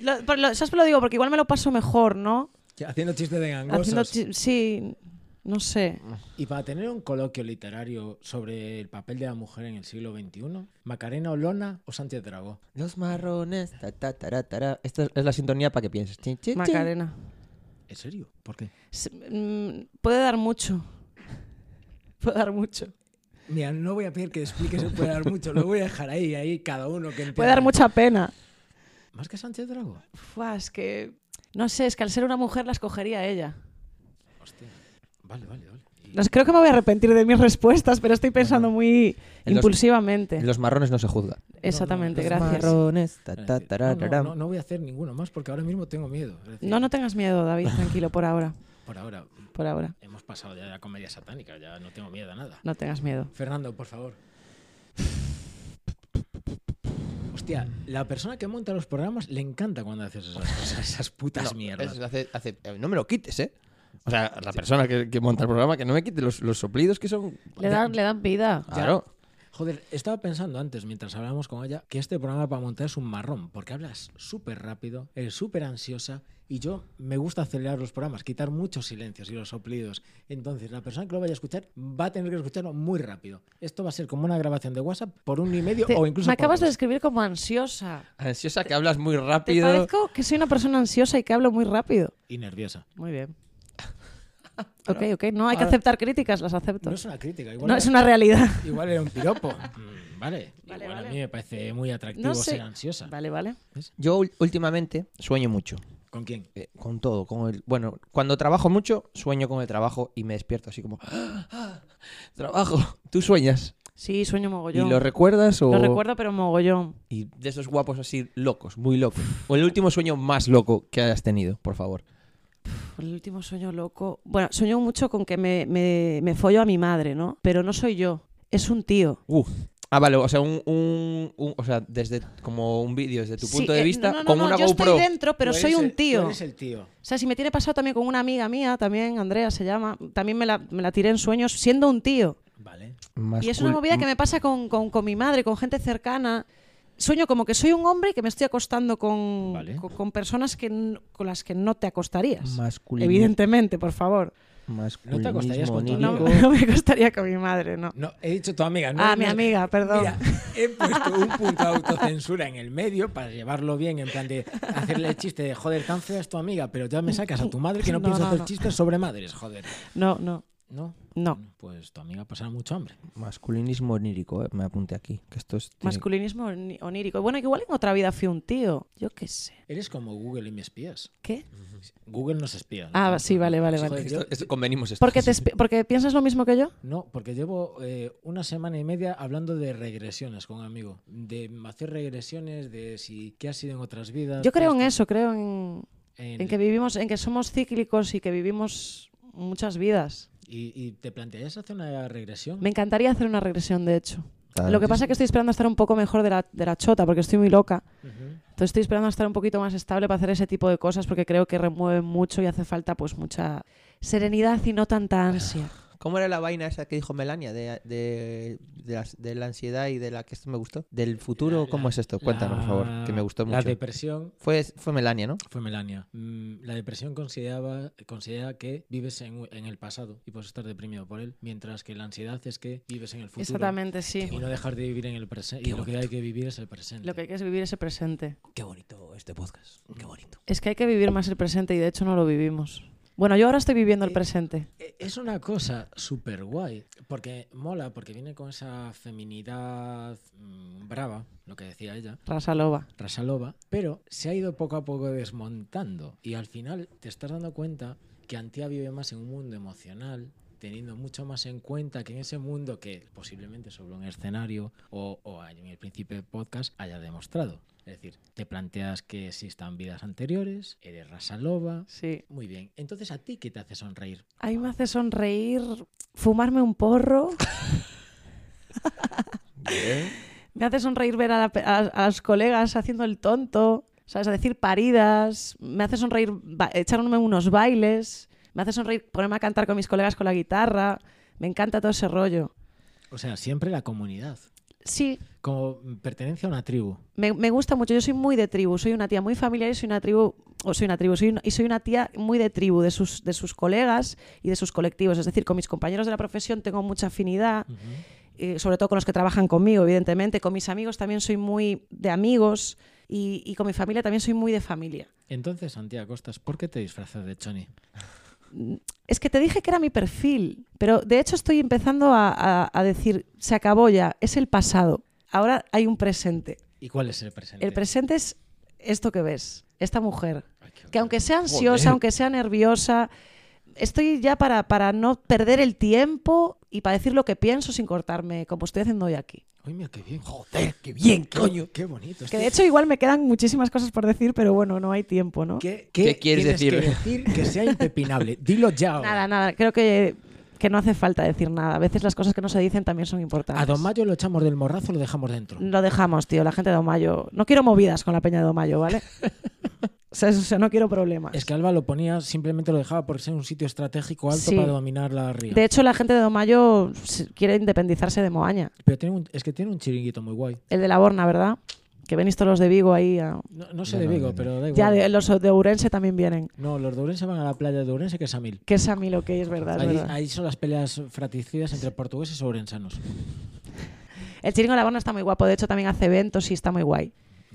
Speaker 2: Lo- por lo- ¿Sabes por lo digo? Porque igual me lo paso mejor, ¿no?
Speaker 3: Que Haciendo chistes de
Speaker 2: Haciendo
Speaker 3: gangosos.
Speaker 2: chi- sí, no sé.
Speaker 3: Y para tener un coloquio literario sobre el papel de la mujer en el siglo XXI, Macarena Olona o Sánchez Dragó.
Speaker 1: Los marrones. ta, ta, tara, tara. Esta es la sintonía para que pienses. Chin, chin, chin.
Speaker 2: Macarena.
Speaker 3: ¿En serio? ¿Por qué?
Speaker 2: Se- mm, puede dar mucho. Puede dar mucho.
Speaker 3: Mira, no voy a pedir que expliques, puede dar mucho, lo voy a dejar ahí, ahí cada uno que entienda.
Speaker 2: Puede dar mucha pena.
Speaker 3: Más que Sánchez Dragó.
Speaker 2: Fua, es que. No sé, es que al ser una mujer la escogería ella.
Speaker 3: Hostia. Vale, vale, vale.
Speaker 2: No sé, creo que me voy a arrepentir de mis respuestas, pero estoy pensando muy
Speaker 1: En los-
Speaker 2: impulsivamente.
Speaker 1: Los marrones no se juzga.
Speaker 2: Exactamente,
Speaker 3: no, los
Speaker 2: gracias.
Speaker 1: Marrones. ta, ta, tara,
Speaker 3: No, no,
Speaker 1: tara.
Speaker 3: no, no voy a hacer ninguno más porque ahora mismo tengo miedo. Es decir,
Speaker 2: No, no tengas miedo, David, tranquilo, por ahora.
Speaker 3: Por ahora
Speaker 2: Por ahora.
Speaker 3: hemos pasado ya de la comedia satánica, ya no tengo miedo a nada.
Speaker 2: No tengas miedo.
Speaker 3: Fernando, por favor. Hostia, la persona que monta los programas le encanta cuando haces esas cosas, esas putas
Speaker 1: No,
Speaker 3: mierdas.
Speaker 1: es- hace- hace- eh, no me lo quites, ¿eh? O sea, la persona que, que monta el programa, que no me quite los, los soplidos que son.
Speaker 2: Le dan, le dan vida.
Speaker 1: Claro.
Speaker 3: Joder, estaba pensando antes, mientras hablábamos con ella, que este programa para montar es un marrón, porque hablas súper rápido, eres súper ansiosa, y yo me gusta acelerar los programas, quitar muchos silencios y los soplidos. Entonces, la persona que lo vaya a escuchar va a tener que escucharlo muy rápido. Esto va a ser como una grabación de WhatsApp por un y medio
Speaker 2: Te-
Speaker 3: o incluso.
Speaker 2: me acabas
Speaker 3: por
Speaker 2: de
Speaker 3: dos.
Speaker 2: describir como ansiosa.
Speaker 1: Ansiosa que hablas muy
Speaker 2: Te
Speaker 1: rápido.
Speaker 2: parezco que soy una persona ansiosa y que hablo muy rápido.
Speaker 3: Y nerviosa.
Speaker 2: Muy bien. Ok, ok. No hay que aceptar críticas, las acepto.
Speaker 3: No es una crítica, igual.
Speaker 2: No,
Speaker 3: era-
Speaker 2: es una realidad.
Speaker 3: Igual era un piropo. Mm, vale.
Speaker 2: Vale,
Speaker 3: Igual
Speaker 2: vale.
Speaker 3: A mí me parece muy atractivo
Speaker 2: No sé.
Speaker 3: ser ansiosa.
Speaker 2: Vale, vale.
Speaker 1: Yo ul- últimamente sueño mucho.
Speaker 3: ¿Con quién?
Speaker 1: eh, con todo, con el. Bueno, cuando trabajo mucho, sueño con el trabajo y me despierto así como. "Ah, ah, ¡Trabajo! ¿Tú sueñas?
Speaker 2: Sí, sueño mogollón.
Speaker 1: ¿Y lo recuerdas o.?
Speaker 2: Pues Lo recuerdo, pero mogollón.
Speaker 1: Y de esos guapos así locos, muy locos. O el último sueño más loco que hayas tenido, por favor.
Speaker 2: El último sueño loco. Bueno, sueño mucho con que me, me, me follo a mi madre, ¿no? Pero no soy yo. Es un tío.
Speaker 1: Uh. Ah, vale, o sea, un, un- un- o sea, desde como un vídeo, desde tu
Speaker 2: Sí,
Speaker 1: punto de
Speaker 2: eh,
Speaker 1: vista,
Speaker 2: no, no, no,
Speaker 1: con
Speaker 2: no,
Speaker 1: una
Speaker 2: yo
Speaker 1: GoPro.
Speaker 2: estoy dentro, pero
Speaker 3: Tú
Speaker 2: soy
Speaker 3: eres
Speaker 2: un
Speaker 3: el-
Speaker 2: tío.
Speaker 3: tú eres el tío.
Speaker 2: O sea, si me tiene pasado también con una amiga mía, también, Andrea se llama, también me la, me la tiré en sueños siendo un tío.
Speaker 3: Vale.
Speaker 1: Más
Speaker 2: Y es una
Speaker 1: cool-
Speaker 3: Mm.
Speaker 2: movida que me pasa con, con- con mi madre, con gente cercana. Sueño como que soy un hombre y que me estoy acostando con,
Speaker 3: Vale.
Speaker 2: con, con personas que, n- con las que no te acostarías.
Speaker 1: Masculini-
Speaker 2: Evidentemente, por favor.
Speaker 1: masculinismo
Speaker 3: ¿No te acostarías con tu
Speaker 1: nítido.
Speaker 2: No,
Speaker 3: amigo?
Speaker 2: no me acostaría con mi madre, no.
Speaker 3: No, he dicho tu amiga, ¿no?
Speaker 2: Ah,
Speaker 3: No
Speaker 2: mi
Speaker 3: es-
Speaker 2: amiga, perdón.
Speaker 3: Mira, he puesto un punto de autocensura en el medio para llevarlo bien, en plan de hacerle el chiste de joder, tan fea es tu amiga, pero ya me sacas a tu madre que no,
Speaker 2: No,
Speaker 3: pienso
Speaker 2: no,
Speaker 3: hacer
Speaker 2: no.
Speaker 3: chistes sobre madres, joder.
Speaker 2: No, no,
Speaker 3: ¿No?
Speaker 2: no.
Speaker 3: Pues tu amiga pasará mucho hambre.
Speaker 1: Masculinismo onírico, eh, me apunté aquí. Que esto es. tiene-
Speaker 2: Masculinismo oni- onírico. Bueno, que igual en otra vida fui un tío. Yo qué sé.
Speaker 3: Eres como Google y me espías.
Speaker 2: ¿Qué?
Speaker 3: Google nos espía. ¿no?
Speaker 2: Ah, sí, vale, vale,
Speaker 3: Sí,
Speaker 2: vale.
Speaker 3: joder, yo-
Speaker 1: Esto- esto- convenimos esto.
Speaker 2: Porque, te espi- porque piensas lo mismo que yo.
Speaker 3: No, porque llevo eh, una semana y media hablando de regresiones con un amigo. De hacer regresiones, de si qué ha sido en otras vidas.
Speaker 2: Yo creo en
Speaker 3: todo
Speaker 2: eso, creo en,
Speaker 3: esto. En-
Speaker 2: en que vivimos, en que somos cíclicos y que vivimos muchas vidas.
Speaker 3: y, y te plantearías hacer una regresión?
Speaker 2: Me encantaría hacer una regresión, de hecho.
Speaker 1: Claro.
Speaker 2: Lo que pasa es que estoy esperando a estar un poco mejor de la, de la chota, porque estoy muy loca.
Speaker 3: Ujú.
Speaker 2: Entonces estoy esperando a estar un poquito más estable para hacer ese tipo de cosas, porque creo que remueven mucho y hace falta pues mucha serenidad y no tanta ansia.
Speaker 1: ¿Cómo era la vaina esa que dijo Melania de, de, de las- de la ansiedad y de la que esto me gustó? ¿Del futuro?
Speaker 3: La-
Speaker 1: ¿Cómo es esto? Cuéntame, por favor, que me gustó
Speaker 3: La
Speaker 1: mucho.
Speaker 3: depresión
Speaker 1: Fue, fue Melania, ¿no?
Speaker 3: fue Melania. Mm, La depresión consideraba, considera que vives en, en el pasado y puedes estar deprimido por él, mientras que la ansiedad es que vives en el futuro.
Speaker 2: Exactamente, sí.
Speaker 3: Y no dejar de vivir en el presente. Y lo que hay que vivir es el presente.
Speaker 2: Lo que hay que es vivir ese presente.
Speaker 1: Qué bonito este podcast. Qué bonito.
Speaker 2: Es que hay que vivir más el presente y de hecho no lo vivimos. Bueno, yo ahora estoy viviendo el presente.
Speaker 3: E- Es una cosa súper guay, porque mola, porque viene con esa feminidad mm, brava, lo que decía ella,
Speaker 2: Rasalova.
Speaker 3: Rasalova, pero se ha ido poco a poco desmontando y al final te estás dando cuenta que Antia vive más en un mundo emocional, teniendo mucho más en cuenta que en ese mundo que posiblemente sobre un escenario o, o en el principio del podcast haya demostrado. Es decir, te planteas que existan vidas anteriores, eres raza loba.
Speaker 2: Sí.
Speaker 3: Muy bien, entonces a ti qué te hace sonreír.
Speaker 2: A mí me hace sonreír, fumarme un porro. me hace sonreír ver a, la pe- a- a las colegas haciendo el tonto, ¿sabes? A decir paridas. Me hace sonreír ba- echarme unos bailes. Me hace sonreír ponerme a cantar con mis colegas con la guitarra. Me encanta todo ese rollo.
Speaker 3: O sea, siempre la comunidad,
Speaker 2: Sí,
Speaker 3: como pertenencia a una tribu.
Speaker 2: me, me gusta mucho. Yo soy muy de tribu. Soy una tía muy familiar y soy una tribu. O soy una tribu. Soy una- y soy una tía muy de tribu, de sus, de sus colegas y de sus colectivos. Es decir, con mis compañeros de la profesión tengo mucha afinidad. eh, sobre todo con los que trabajan conmigo, evidentemente. Con mis amigos también soy muy de amigos y, y con mi familia también soy muy de familia.
Speaker 3: Entonces, Santiago Costas, ¿por qué te disfrazas de Choni?
Speaker 2: Es que te dije que era mi perfil, pero de hecho estoy empezando a, a- a decir, se acabó ya, es el pasado. Ahora hay un presente.
Speaker 3: ¿Y cuál es el presente?
Speaker 2: El presente es esto que ves, esta mujer.
Speaker 3: Ay, qué
Speaker 2: Que
Speaker 3: horror.
Speaker 2: aunque sea ansiosa,
Speaker 1: Joder.
Speaker 2: aunque sea nerviosa, estoy ya para, para no perder el tiempo y para decir lo que pienso sin cortarme, como estoy haciendo hoy aquí.
Speaker 3: Ay, mira, qué bien.
Speaker 1: Joder, qué bien,
Speaker 3: Qué-
Speaker 1: coño.
Speaker 3: Qué bonito.
Speaker 2: Que de hecho igual me quedan muchísimas cosas por decir, pero bueno, no hay tiempo, ¿no?
Speaker 3: ¿Qué,
Speaker 1: ¿Qué quieres
Speaker 3: tienes
Speaker 1: decir?
Speaker 3: Que decir que sea impepinable. Dilo ya. ahora.
Speaker 2: Nada, nada, creo que, que no hace falta decir nada. A veces las cosas que no se dicen también son importantes.
Speaker 3: A Don Mayo lo echamos del morrazo lo dejamos dentro.
Speaker 2: Lo dejamos, tío, la gente de Mayo. No quiero movidas con la peña de Mayo, ¿vale? o, sea, o sea, no quiero problemas.
Speaker 3: Es que Alba lo ponía, simplemente lo dejaba por ser un sitio estratégico alto
Speaker 2: Sí.
Speaker 3: para dominar la ría.
Speaker 2: De hecho, la gente de Mayo quiere independizarse de Moaña.
Speaker 3: Pero tiene un- es que tiene un chiringuito muy guay.
Speaker 2: El de la Borna, ¿verdad? Que venís todos los de Vigo ahí. a-
Speaker 3: No, no sé
Speaker 1: No,
Speaker 3: de
Speaker 1: no,
Speaker 3: Vigo,
Speaker 1: no, no.
Speaker 3: pero da igual.
Speaker 2: Ya de- los de Ourense también vienen.
Speaker 3: No, los de Ourense van a la playa de Ourense, que es a mil.
Speaker 2: Que es a mí lo que es verdad, es
Speaker 3: Ahí,
Speaker 2: verdad.
Speaker 3: ahí son las peleas fraticidas entre portugueses y ourensanos.
Speaker 2: El chiringo de la Borna está muy guapo, de hecho también hace eventos y está muy guay.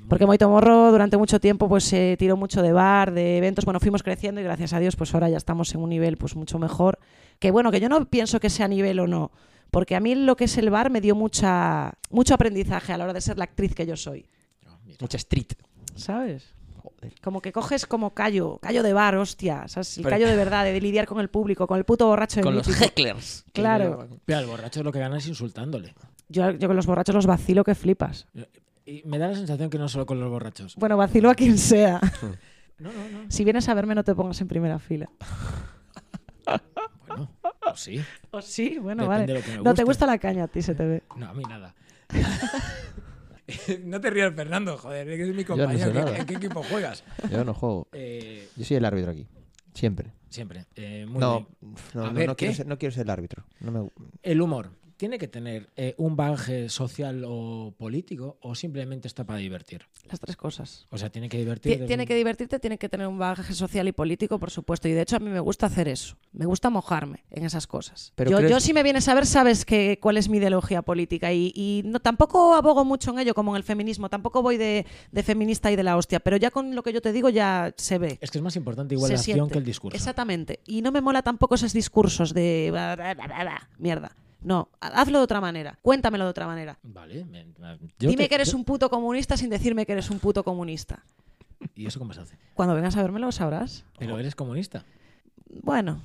Speaker 2: Porque Moito Morro durante mucho tiempo pues se tiró mucho de bar, de eventos, bueno, fuimos creciendo y gracias a Dios pues ahora ya estamos en un nivel pues mucho mejor. Que bueno, que yo no pienso que sea nivel o no, porque a mí lo que es el bar me dio mucha mucho aprendizaje a la hora de ser la actriz que yo soy,
Speaker 1: Mucha street.
Speaker 2: ¿sabes? Como que coges como callo, callo de bar, hostia, ¿sabes? El callo de verdad, de lidiar con el público, con el puto borracho de
Speaker 1: Con
Speaker 2: mí,
Speaker 1: los
Speaker 2: tipo,
Speaker 1: hecklers.
Speaker 2: Claro.
Speaker 3: Pero al borracho lo que gana es insultándole.
Speaker 2: Yo, yo con los borrachos los vacilo que flipas.
Speaker 3: Y me da la sensación que no solo con los borrachos.
Speaker 2: Bueno, vacilo a quien sea.
Speaker 3: No, no, no.
Speaker 2: Si vienes a verme, no te pongas en primera fila.
Speaker 3: Bueno, pues sí.
Speaker 2: O Oh, sí, bueno,
Speaker 3: Depende de
Speaker 2: vale.
Speaker 3: lo que me
Speaker 2: no te
Speaker 3: guste.
Speaker 2: gusta la caña, a ti se te ve.
Speaker 3: No, a mí nada. no te rías, Fernando, joder, es que es mi
Speaker 1: no sé
Speaker 3: compañero. ¿Qué-
Speaker 1: nada.
Speaker 3: ¿En qué equipo juegas?
Speaker 1: Yo no juego.
Speaker 3: Eh,
Speaker 1: Yo soy el árbitro aquí. Siempre.
Speaker 3: siempre. eh, muy
Speaker 1: no,
Speaker 3: bien.
Speaker 1: uf, no,
Speaker 3: A
Speaker 1: no,
Speaker 3: ver,
Speaker 1: no quiero
Speaker 3: ¿qué?
Speaker 1: ser, no quiero ser el árbitro. No me...
Speaker 3: El humor. ¿Tiene que tener eh, un bagaje social o político o simplemente está para divertir?
Speaker 2: Las tres cosas.
Speaker 3: O sea, tiene que divertir. desde
Speaker 2: Tiene
Speaker 3: un-
Speaker 2: que divertirte, tiene que tener un bagaje social y político, por supuesto. Y de hecho, a mí me gusta hacer eso. Me gusta mojarme en esas cosas.
Speaker 1: Pero
Speaker 2: yo,
Speaker 1: crees-
Speaker 2: yo, si me vienes a ver, sabes que, cuál es mi ideología política. Y, y no, tampoco abogo mucho en ello, como en el feminismo. Tampoco voy de, de feminista y de la hostia. Pero ya con lo que yo te digo, ya se ve.
Speaker 3: Es que es más importante igual
Speaker 2: se
Speaker 3: la acción
Speaker 2: siente.
Speaker 3: que el discurso.
Speaker 2: Exactamente. Y no me mola tampoco esos discursos de. bla, bla, bla, bla, bla. Mierda. No, hazlo de otra manera. Cuéntamelo de otra manera.
Speaker 3: Vale. me- me- yo
Speaker 2: Dime
Speaker 3: te-
Speaker 2: que eres
Speaker 3: yo-
Speaker 2: un puto comunista sin decirme que eres un puto comunista.
Speaker 3: ¿Y eso cómo se hace?
Speaker 2: Cuando vengas a verme lo sabrás.
Speaker 3: Pero eres comunista.
Speaker 2: Bueno,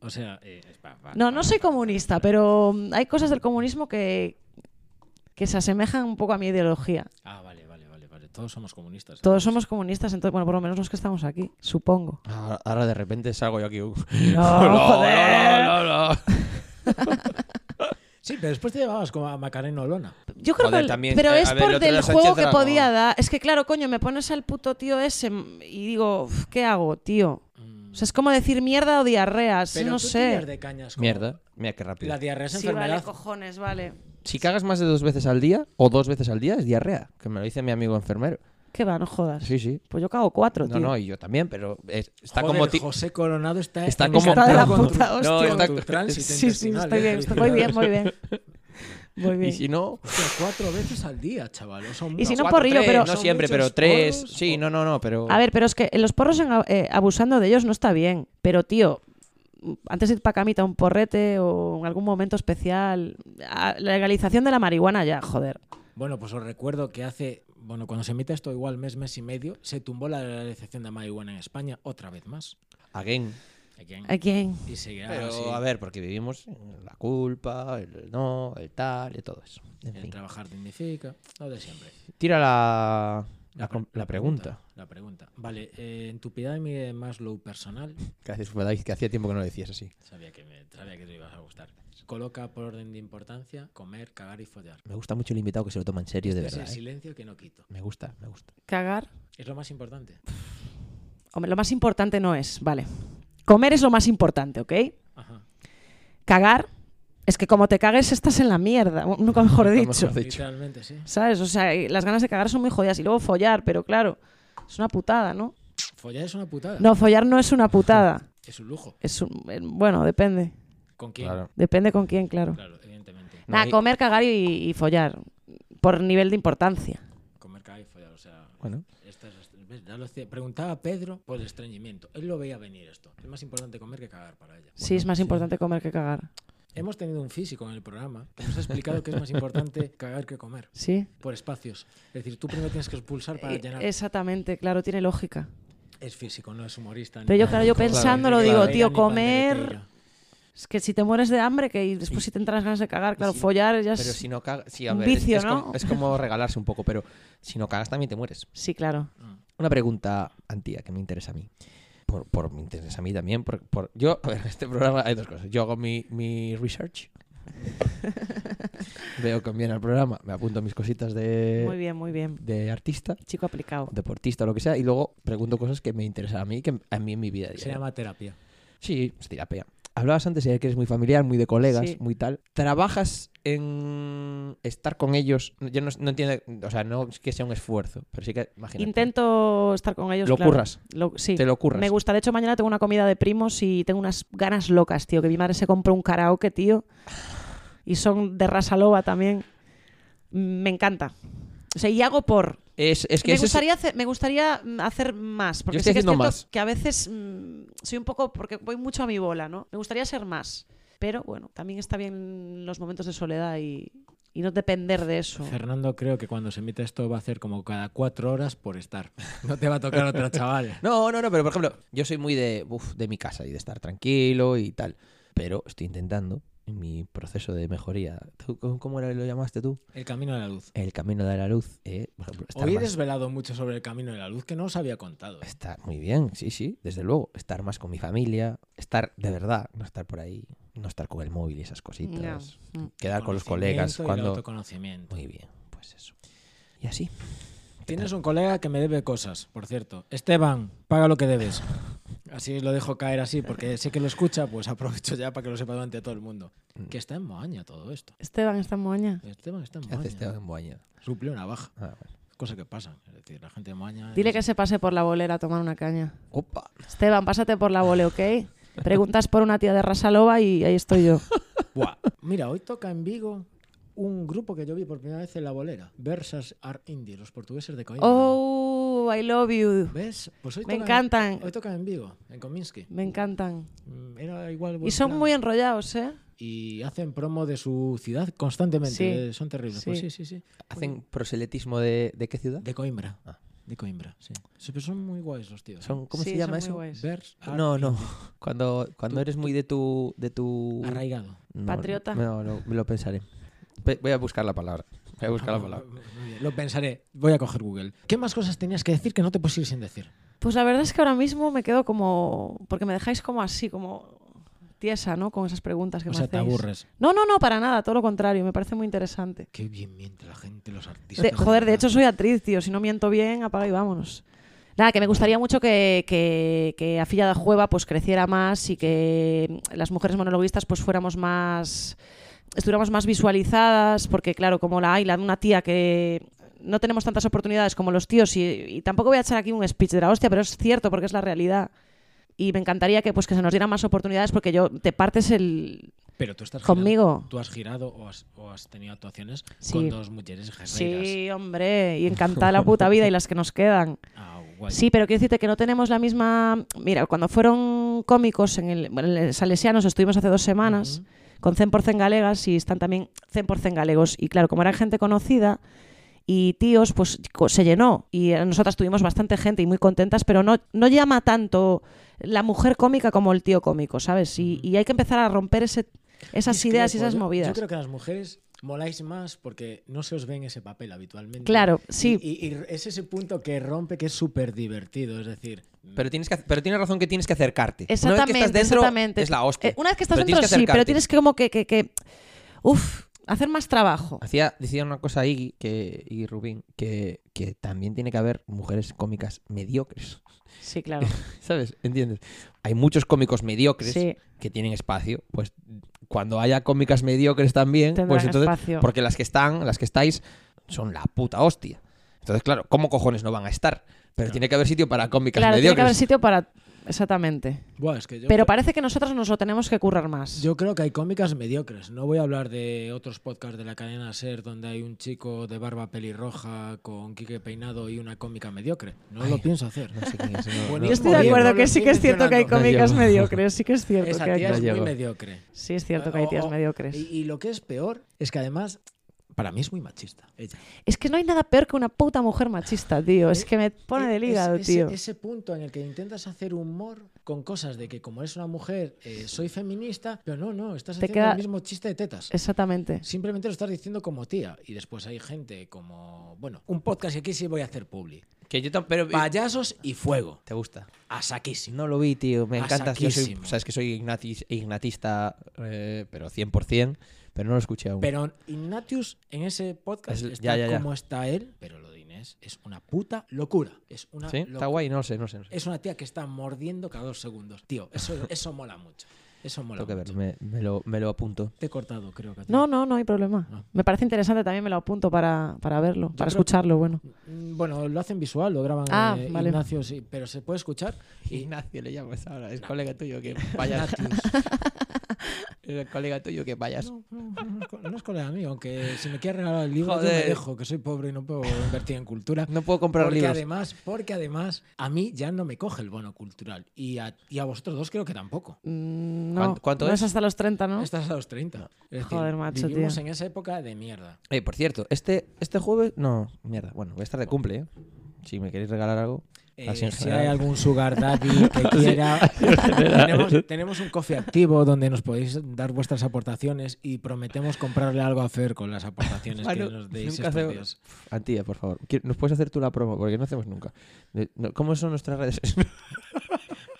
Speaker 3: O sea, eh, es pa- pa-
Speaker 2: no, no soy comunista, pero mm, hay cosas del comunismo que, que se asemejan un poco a mi ideología.
Speaker 3: Ah, vale, vale, vale, vale. Todos somos
Speaker 1: ¿eh?
Speaker 3: comunistas.
Speaker 2: Todos
Speaker 3: entonces.
Speaker 2: somos comunistas, entonces, bueno, por lo menos los que estamos aquí, supongo.
Speaker 1: Ahora, Ah, ahora de repente salgo yo aquí. No,
Speaker 3: ¡Oh,
Speaker 2: joder.
Speaker 1: no, no, no.
Speaker 3: Sí, pero después te llevabas como a Macarena Olona.
Speaker 2: Yo creo
Speaker 1: Joder,
Speaker 2: que. el-
Speaker 1: también,
Speaker 2: pero
Speaker 1: eh, a
Speaker 2: es
Speaker 1: ver, el
Speaker 2: por
Speaker 1: otro
Speaker 2: del
Speaker 1: día
Speaker 2: juego
Speaker 1: Sánchez
Speaker 2: que
Speaker 1: era como-
Speaker 2: podía dar. Es que, claro, coño, me pones al puto tío ese mm, y digo, "Uf, ¿qué hago, tío? O sea, es como decir mierda o diarrea, sí,
Speaker 3: Pero
Speaker 2: no
Speaker 3: tú
Speaker 2: sé.
Speaker 3: tiras de cañas como-
Speaker 1: Mierda. Mira qué rápido.
Speaker 3: La diarrea es
Speaker 2: Sí, vale,
Speaker 3: enfermedad.
Speaker 2: cojones, vale.
Speaker 1: Si cagas más de dos veces al día o dos veces al día es diarrea, que me lo dice mi amigo enfermero.
Speaker 2: ¿Qué va, no
Speaker 3: Ah,
Speaker 2: jodas?
Speaker 1: Sí, sí.
Speaker 2: Pues yo cago cuatro,
Speaker 1: No,
Speaker 2: tío.
Speaker 1: no, y yo también, pero es- está
Speaker 3: Joder,
Speaker 1: como ti-
Speaker 3: José Coronado está
Speaker 1: Está
Speaker 3: encantado
Speaker 1: como- Está de la
Speaker 3: con tu-
Speaker 2: puta
Speaker 3: con
Speaker 2: hostia.
Speaker 1: No, está-
Speaker 3: tu tránsito
Speaker 2: Sí, sí,
Speaker 3: intestinal,
Speaker 2: estoy
Speaker 3: eh,
Speaker 2: bien, estoy muy bien, muy bien. Muy bien.
Speaker 1: Y si no,
Speaker 3: Hostia, cuatro veces al día, chaval. o son-
Speaker 2: Y si no,
Speaker 1: cuatro,
Speaker 2: porrillo,
Speaker 1: tres,
Speaker 2: pero-
Speaker 1: no
Speaker 3: son
Speaker 1: siempre,
Speaker 3: muchos
Speaker 1: pero tres,
Speaker 3: porros,
Speaker 1: sí,
Speaker 3: o-
Speaker 1: no, no, no, pero
Speaker 2: A ver, pero es que los porros en- eh, abusando de ellos no está bien. Pero, tío, antes de ir para camita un porrete o en algún momento especial, a- la legalización de la marihuana ya, joder.
Speaker 3: Bueno, pues os recuerdo que hace, bueno, cuando se emite esto, igual mes, mes y medio, se tumbó la legalización de marihuana en España otra vez más.
Speaker 1: again,
Speaker 3: ¿A quién?
Speaker 2: ¿A quién?
Speaker 3: Y seguirá
Speaker 1: Pero
Speaker 3: así,
Speaker 1: a ver, porque vivimos en la culpa, el no, el tal, y todo eso. En
Speaker 3: El
Speaker 1: fin.
Speaker 3: trabajar te dignifica, lo de siempre.
Speaker 1: Tira la, la, com-
Speaker 3: pre-
Speaker 1: la pregunta.
Speaker 3: La pregunta. Vale, eh, en tu pirámide de Maslow personal,
Speaker 1: Gracias, Fubadais, que hacía tiempo que no lo decías así.
Speaker 3: sabía que, me, sabía que te ibas a gustar. Coloca por orden de importancia comer, cagar y follar.
Speaker 1: Me gusta mucho el invitado que se lo toma en serio, de
Speaker 3: es el
Speaker 1: verdad. ¿eh?
Speaker 3: silencio que no quito.
Speaker 1: Me gusta, me gusta.
Speaker 2: ¿Cagar?
Speaker 3: Es lo más importante.
Speaker 2: Hombre, lo más importante no es, vale. Comer es lo más importante, ¿ok?
Speaker 3: Ajá.
Speaker 2: Cagar es que como te cagues estás en la mierda, nunca mejor
Speaker 1: Nunca
Speaker 2: dicho.
Speaker 1: mejor dicho.
Speaker 3: Literalmente, sí.
Speaker 2: ¿Sabes? O sea, y las ganas de cagar son muy jodidas. Y luego follar, pero claro, es una putada, ¿no?
Speaker 3: Follar es una putada.
Speaker 2: No, follar no es una putada.
Speaker 3: Es un lujo.
Speaker 2: Es un, eh, bueno, depende.
Speaker 3: ¿Con quién?
Speaker 1: Claro.
Speaker 2: Depende con quién, claro.
Speaker 3: Claro, evidentemente.
Speaker 1: No,
Speaker 2: Nada,
Speaker 1: y-
Speaker 2: comer, cagar y, y follar. Por nivel de importancia.
Speaker 3: Comer, cagar y follar. O sea,
Speaker 1: Bueno,
Speaker 3: estas- ¿ves? Ya lo hacía- preguntaba a Pedro por el estreñimiento. Él lo veía venir esto. Es más importante comer que cagar para ella.
Speaker 2: Sí, es más importante comer que cagar.
Speaker 3: Hemos tenido un físico en el programa que nos ha explicado que es más importante cagar que comer.
Speaker 2: ¿Sí?
Speaker 3: Por espacios. Es decir, tú primero tienes que expulsar para
Speaker 2: Eh,
Speaker 3: llenar. Es,
Speaker 2: Exactamente, claro, tiene lógica.
Speaker 3: físico, no es humorista. ni
Speaker 2: Pero yo,
Speaker 3: nada.
Speaker 2: claro, yo
Speaker 1: Claro,
Speaker 2: pensándolo
Speaker 1: claro.
Speaker 2: digo,
Speaker 1: Ni
Speaker 2: tío,
Speaker 3: Ni pan de
Speaker 2: comer...
Speaker 3: letrilla.
Speaker 2: Es que si te mueres de hambre, que y después si te entran las ganas de cagar, claro,
Speaker 1: si-
Speaker 2: follar ya es...
Speaker 1: pero si no cagas. Sí, a
Speaker 2: un
Speaker 1: ver, es-
Speaker 2: vicio,
Speaker 1: es,
Speaker 2: ¿no?
Speaker 1: como, es como regalarse un poco, pero si no cagas también te mueres.
Speaker 2: Sí, claro.
Speaker 1: Una pregunta antía que me interesa a mí. Por, por me interesa a mí también. Por, por- yo, a ver, en este programa hay dos cosas. Yo hago mi, mi research. Veo que viene al programa. Me apunto mis cositas
Speaker 2: Muy
Speaker 1: de,
Speaker 2: bien, muy bien.
Speaker 1: de artista,
Speaker 2: Chico aplicado.
Speaker 1: deportista o lo que sea. Y luego pregunto cosas que me interesan a mí, que a mí en mi vida.
Speaker 3: Se
Speaker 1: diaria.
Speaker 3: llama terapia.
Speaker 1: Sí, es terapia. Hablabas antes de que eres muy familiar, muy de colegas,
Speaker 2: Sí.
Speaker 1: muy tal. ¿Trabajas en estar con ellos? Yo no, no entiendo, o sea, no es que sea un esfuerzo, pero sí que imagínate.
Speaker 2: Intento estar con ellos.
Speaker 1: Lo
Speaker 2: claro.
Speaker 1: curras.
Speaker 2: Lo- sí.
Speaker 1: Te lo curras.
Speaker 2: Me gusta. De hecho, mañana tengo una comida de primos y tengo unas ganas locas, tío. Que mi madre se compró un karaoke, tío. Y son de raza loba también. Me encanta. O sea, y hago por.
Speaker 1: Es, es que
Speaker 2: me,
Speaker 1: ese es-
Speaker 2: gustaría hacer, me gustaría mm, hacer más. Porque
Speaker 1: Yo
Speaker 2: sí
Speaker 1: estoy
Speaker 2: que es
Speaker 1: haciendo
Speaker 2: cierto
Speaker 1: más.
Speaker 2: que a veces mm, soy un poco. Porque voy mucho a mi bola, ¿no? Me gustaría ser más. Pero bueno, también está bien los momentos de soledad y, y no depender de eso.
Speaker 3: Fernando, creo que cuando se emite esto va a hacer como cada cuatro horas por estar. No te va a tocar otra, chaval.
Speaker 1: No, no, no, pero por ejemplo, yo soy muy de, uf, de mi casa y de estar tranquilo y tal. Pero estoy intentando en mi proceso de mejoría. ¿Tú cómo- ¿Cómo era, lo llamaste tú?
Speaker 3: El camino de la luz.
Speaker 1: El camino de la luz. eh, por ejemplo, estar
Speaker 3: Hoy he
Speaker 1: más-
Speaker 3: desvelado mucho sobre el camino de la luz que no os había contado. ¿eh?
Speaker 1: Pues Está muy bien, sí, sí, desde luego. Estar más con mi familia, estar de verdad, no estar por ahí, no estar con el móvil y esas cositas.
Speaker 2: No, mm.
Speaker 1: Quedar con los colegas
Speaker 3: Conocimiento y el
Speaker 1: cuando...
Speaker 3: autoconocimiento.
Speaker 1: Muy bien, pues eso. Y así.
Speaker 3: Tienes un colega que me debe cosas, por cierto. Esteban, paga lo que debes. Así lo dejo caer así, porque sé que lo escucha, pues aprovecho ya para que lo sepa durante todo el mundo. Que está en Moaña todo esto.
Speaker 2: Esteban está en Moaña.
Speaker 3: Esteban está en
Speaker 1: ¿Qué hace
Speaker 3: Moaña.
Speaker 1: Esteban en Boaña?
Speaker 3: Suple una baja.
Speaker 1: Ah, bueno.
Speaker 3: Cosa que pasa. Es decir, la gente de Moaña.
Speaker 2: Dile que se pase por la bolera a tomar una caña.
Speaker 1: Opa.
Speaker 2: Esteban, pásate por la bole, ¿ok? Preguntas por una tía de Rasalova y ahí estoy yo.
Speaker 3: Buah. Mira, hoy toca en Vigo un grupo que yo vi por primera vez en la bolera. Versas Are Indie, los portugueses de Coimbra.
Speaker 2: Oh, I love you.
Speaker 3: ¿Ves? Pues hoy
Speaker 2: Me
Speaker 3: tocan-
Speaker 2: encantan.
Speaker 3: Hoy tocan en Vigo, en Cominsky.
Speaker 2: Me encantan.
Speaker 3: Mm, Era igual. buen
Speaker 2: Y son
Speaker 3: plan.
Speaker 2: muy enrollados, ¿eh?
Speaker 3: y hacen promo de su ciudad constantemente.
Speaker 2: Sí.
Speaker 3: eh, Son terribles. Pues
Speaker 2: Sí.
Speaker 3: Sí. sí, sí,
Speaker 1: ¿Hacen proseletismo de, de qué ciudad?
Speaker 3: De Coimbra.
Speaker 1: Ah.
Speaker 3: De Coimbra, sí. Sí, pero son muy guays los tíos. ¿eh?
Speaker 1: Son- ¿Cómo
Speaker 2: Sí,
Speaker 1: se llama
Speaker 2: son
Speaker 1: eso?
Speaker 2: muy guays.
Speaker 3: Vers
Speaker 1: No, no. Cuando, cuando
Speaker 3: Ah, Tú-
Speaker 1: eres muy de tu... De tu...
Speaker 3: Arraigado.
Speaker 1: No,
Speaker 2: Patriota.
Speaker 1: No, lo, lo pensaré. Ve- Voy a buscar la palabra. Voy a buscar Pues
Speaker 3: Ah.
Speaker 1: la palabra.
Speaker 3: Muy bien, Lo pensaré. Voy a coger Google. ¿Qué más cosas tenías que decir que no te puedes ir sin decir?
Speaker 2: Pues la verdad es que ahora mismo me quedo como... Porque me dejáis como así, como tiesa, ¿no? Con esas preguntas que
Speaker 3: o
Speaker 2: me
Speaker 3: sea, te
Speaker 2: hacéis.
Speaker 3: aburres.
Speaker 2: No, no, no, para nada. Todo lo contrario. Me parece muy interesante.
Speaker 3: Qué bien miente la gente, los artistas.
Speaker 2: De- joder, de
Speaker 3: verdad.
Speaker 2: hecho soy actriz, tío. Si no miento bien, apaga y vámonos. Nada, que me gustaría mucho que, que, que Afilla da Jueva pues creciera más y que las mujeres monologuistas pues fuéramos más... estuviéramos más visualizadas, porque claro, como la hay, la de una tía que no tenemos tantas oportunidades como los tíos y, y tampoco voy a echar aquí un speech de la hostia, pero es cierto porque es la realidad. Y me encantaría que pues que se nos dieran más oportunidades porque yo te partes el...
Speaker 3: Pero tú estás
Speaker 2: Conmigo.
Speaker 3: girando- tú has girado o has, o has tenido actuaciones
Speaker 2: Sí.
Speaker 3: con dos mujeres guerreras.
Speaker 2: Sí, hombre, y encantada la puta vida y las que nos quedan.
Speaker 3: Ah, guay.
Speaker 2: Sí, pero quiero decirte que no tenemos la misma. Mira, cuando fueron cómicos en el, bueno, en el Salesianos, estuvimos hace dos semanas con 100% galegas y están también 100% galegos. Y claro, como eran gente conocida y tíos, pues co- se llenó. Y eh, nosotras tuvimos bastante gente y muy contentas, pero no, no llama tanto la mujer cómica como el tío cómico, ¿sabes? Y, y hay que empezar a romper ese, esas
Speaker 3: Discrepo,
Speaker 2: ideas y esas
Speaker 3: yo-
Speaker 2: movidas.
Speaker 3: Yo creo que las mujeres moláis más porque no se os ve en ese papel habitualmente.
Speaker 2: Claro,
Speaker 3: Y-
Speaker 2: sí.
Speaker 3: Y, y es ese punto que rompe que es súper divertido. Es decir,
Speaker 1: Pero tienes, que, hac- pero tienes razón que tienes que acercarte.
Speaker 2: Exactamente,
Speaker 1: una vez que estás dentro,
Speaker 2: exactamente.
Speaker 1: es la hostia.
Speaker 2: Eh, una vez que estás
Speaker 1: Pero
Speaker 2: dentro,
Speaker 1: tienes que
Speaker 2: sí, pero
Speaker 1: acercarte.
Speaker 2: tienes que como que, que, que- uf, hacer más trabajo.
Speaker 1: Hacía, decía una cosa Iggy, que, Iggy Rubin, que, que también tiene que haber mujeres cómicas mediocres.
Speaker 2: Sí, claro.
Speaker 1: ¿Sabes? ¿Entiendes? Hay muchos cómicos mediocres
Speaker 2: Sí.
Speaker 1: que tienen espacio. Pues cuando haya cómicas mediocres también,
Speaker 2: Tendrán
Speaker 1: pues entonces.
Speaker 2: espacio.
Speaker 1: Porque las que están, las que estáis, son la puta hostia. Entonces, claro, ¿cómo cojones no van a estar? Pero tiene que haber sitio para cómicas
Speaker 2: Claro, tiene que haber
Speaker 1: mediocres.
Speaker 2: sitio para... Exactamente.
Speaker 3: buah, es que yo,
Speaker 2: Pero
Speaker 3: creo,
Speaker 2: parece que nosotros nos lo tenemos que currar más.
Speaker 3: yo creo que hay cómicas mediocres. No voy a hablar de otros podcasts de la cadena Ser donde hay un chico de barba pelirroja con Quique peinado y una cómica mediocre. No lo pienso hacer.
Speaker 1: No sé quién es, no-
Speaker 3: Bueno,
Speaker 1: no-
Speaker 2: Yo estoy de
Speaker 3: Muy bien,
Speaker 2: acuerdo
Speaker 3: no lo
Speaker 2: que sí que es
Speaker 3: estoy
Speaker 2: cierto que hay
Speaker 3: mencionando.
Speaker 2: cómicas
Speaker 1: No llego.
Speaker 2: mediocres, sí que es cierto
Speaker 3: Esa
Speaker 2: que hay
Speaker 3: tía es muy
Speaker 1: llego.
Speaker 3: mediocre.
Speaker 2: Sí, es cierto que hay
Speaker 3: O-
Speaker 2: tías
Speaker 3: o-
Speaker 2: mediocres.
Speaker 3: Y, y lo que es peor es que además, para mí es muy machista. Ella.
Speaker 2: Es que no hay nada peor que una puta mujer machista, tío. Es que me pone
Speaker 3: E-
Speaker 2: del
Speaker 3: es-
Speaker 2: hígado,
Speaker 3: ese-
Speaker 2: tío.
Speaker 3: Ese, punto en el que intentas hacer humor con cosas de que como eres una mujer, eh, soy feminista, pero no, no, estás
Speaker 2: Te
Speaker 3: haciendo
Speaker 2: queda-
Speaker 3: el mismo chiste de tetas.
Speaker 2: Exactamente.
Speaker 3: Simplemente lo estás diciendo como tía. Y después hay gente como, bueno, un podcast que aquí sí voy a hacer publi.
Speaker 1: Que yo tam- pero-
Speaker 3: Payasos y fuego.
Speaker 1: ¿Te gusta?
Speaker 3: A saquísimo.
Speaker 1: No lo vi, tío.
Speaker 3: Ah,
Speaker 1: Me encanta. Yo soy,
Speaker 3: Pasaquísimo.
Speaker 1: sabes que soy ignatis- ignatista, eh, pero 100%, pero no lo escuché aún.
Speaker 3: Pero Ignatius en ese podcast
Speaker 1: Es-
Speaker 3: está
Speaker 1: ya, ya, ya.
Speaker 3: como está él, pero lo de Inés es una puta locura. Es una
Speaker 1: ¿Sí?
Speaker 3: locura.
Speaker 1: Está guay, no lo sé, no lo sé. No sé.
Speaker 3: Es una tía que está mordiendo cada dos segundos. Tío, eso, eso mola mucho. Eso mola
Speaker 1: Tengo que
Speaker 3: mucho.
Speaker 1: verlo, me, me lo, me lo apunto.
Speaker 3: Te he cortado, creo que. a ti.
Speaker 2: No, no, no hay problema.
Speaker 3: No.
Speaker 2: Me parece interesante, también me lo apunto para, para verlo, para
Speaker 3: creo-
Speaker 2: escucharlo, bueno.
Speaker 3: Mm, Bueno, lo hacen visual, lo graban
Speaker 2: Ah,
Speaker 3: eh,
Speaker 2: vale.
Speaker 3: Ignacio, sí, pero se puede escuchar. Y
Speaker 1: Ignacio le llamas ahora, es colega tuyo que vayas. colega tuyo que vayas.
Speaker 3: no, no, no es co- no es colega mío, aunque si me quiere regalar el libro, yo
Speaker 1: Joder.
Speaker 3: me dejo, que soy pobre y no puedo invertir en cultura.
Speaker 1: No puedo comprar
Speaker 3: Porque
Speaker 1: libros.
Speaker 3: además, porque además, a mí ya no me coge el bono cultural. Y a, y a vosotros dos creo que tampoco.
Speaker 2: Mm, No,
Speaker 1: ¿Cuánto- cuánto
Speaker 2: no
Speaker 1: es?
Speaker 2: es hasta los 30, ¿no?
Speaker 3: Estás a los 30. Es decir,
Speaker 2: Joder, macho,
Speaker 3: vivimos
Speaker 2: tío.
Speaker 3: en esa época de mierda.
Speaker 1: Eh, por cierto, este, este jueves. No, mierda. Bueno, voy a estar de cumple, ¿eh? Si me queréis regalar algo.
Speaker 3: Eh,
Speaker 1: así en
Speaker 3: si
Speaker 1: general.
Speaker 3: hay algún sugar daddy que quiera, tenemos, tenemos un coffee activo donde nos podéis dar vuestras aportaciones y prometemos comprarle algo a Fer con las aportaciones
Speaker 1: Manu,
Speaker 3: que nos deis
Speaker 1: nunca
Speaker 3: estos
Speaker 1: hacemos-
Speaker 3: días.
Speaker 1: Antía, por favor. ¿qui- ¿Nos puedes hacer tú la promo? Porque no hacemos nunca. De- no, ¿Cómo son nuestras redes?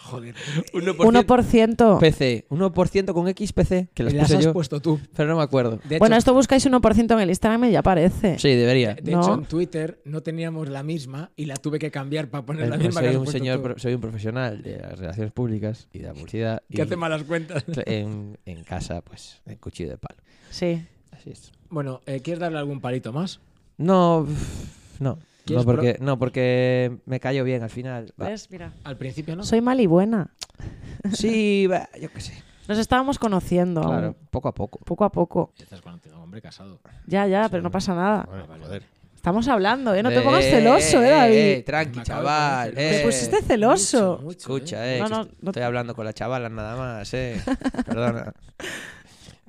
Speaker 3: Joder,
Speaker 2: 1%.
Speaker 1: PC. 1% con XPC, que las,
Speaker 3: las
Speaker 1: puse
Speaker 3: has
Speaker 1: yo,
Speaker 3: puesto tú.
Speaker 1: pero no me acuerdo.
Speaker 3: De hecho,
Speaker 2: Bueno, esto buscáis 1% en el Instagram y ya aparece.
Speaker 1: Sí, debería.
Speaker 3: de
Speaker 2: no.
Speaker 3: hecho, en Twitter no teníamos la misma y la tuve que cambiar para poner la
Speaker 1: Eh, pues
Speaker 3: misma que
Speaker 1: soy
Speaker 3: has
Speaker 1: un
Speaker 3: puesto
Speaker 1: señor,
Speaker 3: tú,
Speaker 1: pro- soy un profesional de las relaciones públicas y de la publicidad.
Speaker 3: que
Speaker 1: y
Speaker 3: hace malas cuentas.
Speaker 1: en, en casa, pues, en cuchillo de palo.
Speaker 2: Sí.
Speaker 1: Así es.
Speaker 3: Bueno, eh, ¿quieres darle algún palito más?
Speaker 1: No, pff, no. No
Speaker 3: ¿Quieres pro-
Speaker 1: porque, no, porque me callo bien al final. Va.
Speaker 2: ¿Ves? Mira.
Speaker 3: Al principio no.
Speaker 2: Soy mal y buena.
Speaker 1: Sí, va, yo qué sé.
Speaker 2: Nos estábamos conociendo aún,
Speaker 1: Claro, poco a poco.
Speaker 2: poco a poco.
Speaker 3: Ya estás con un hombre casado.
Speaker 2: Ya, ya, pero no pasa nada.
Speaker 3: Ah, vale, vale.
Speaker 2: Estamos hablando, ¿eh? No te
Speaker 1: Eh,
Speaker 2: pongas celoso, ¿eh,
Speaker 1: eh,
Speaker 2: David?
Speaker 1: eh, tranqui,
Speaker 3: Me acabo de
Speaker 1: chaval.
Speaker 3: poner
Speaker 1: Eh.
Speaker 2: Te pusiste celoso.
Speaker 3: Mucho, mucho,
Speaker 1: Escucha,
Speaker 3: eh.
Speaker 1: eh,
Speaker 2: No,
Speaker 1: que
Speaker 2: no,
Speaker 1: est-
Speaker 2: no te-
Speaker 1: estoy hablando con la chavala nada más, eh. Perdona.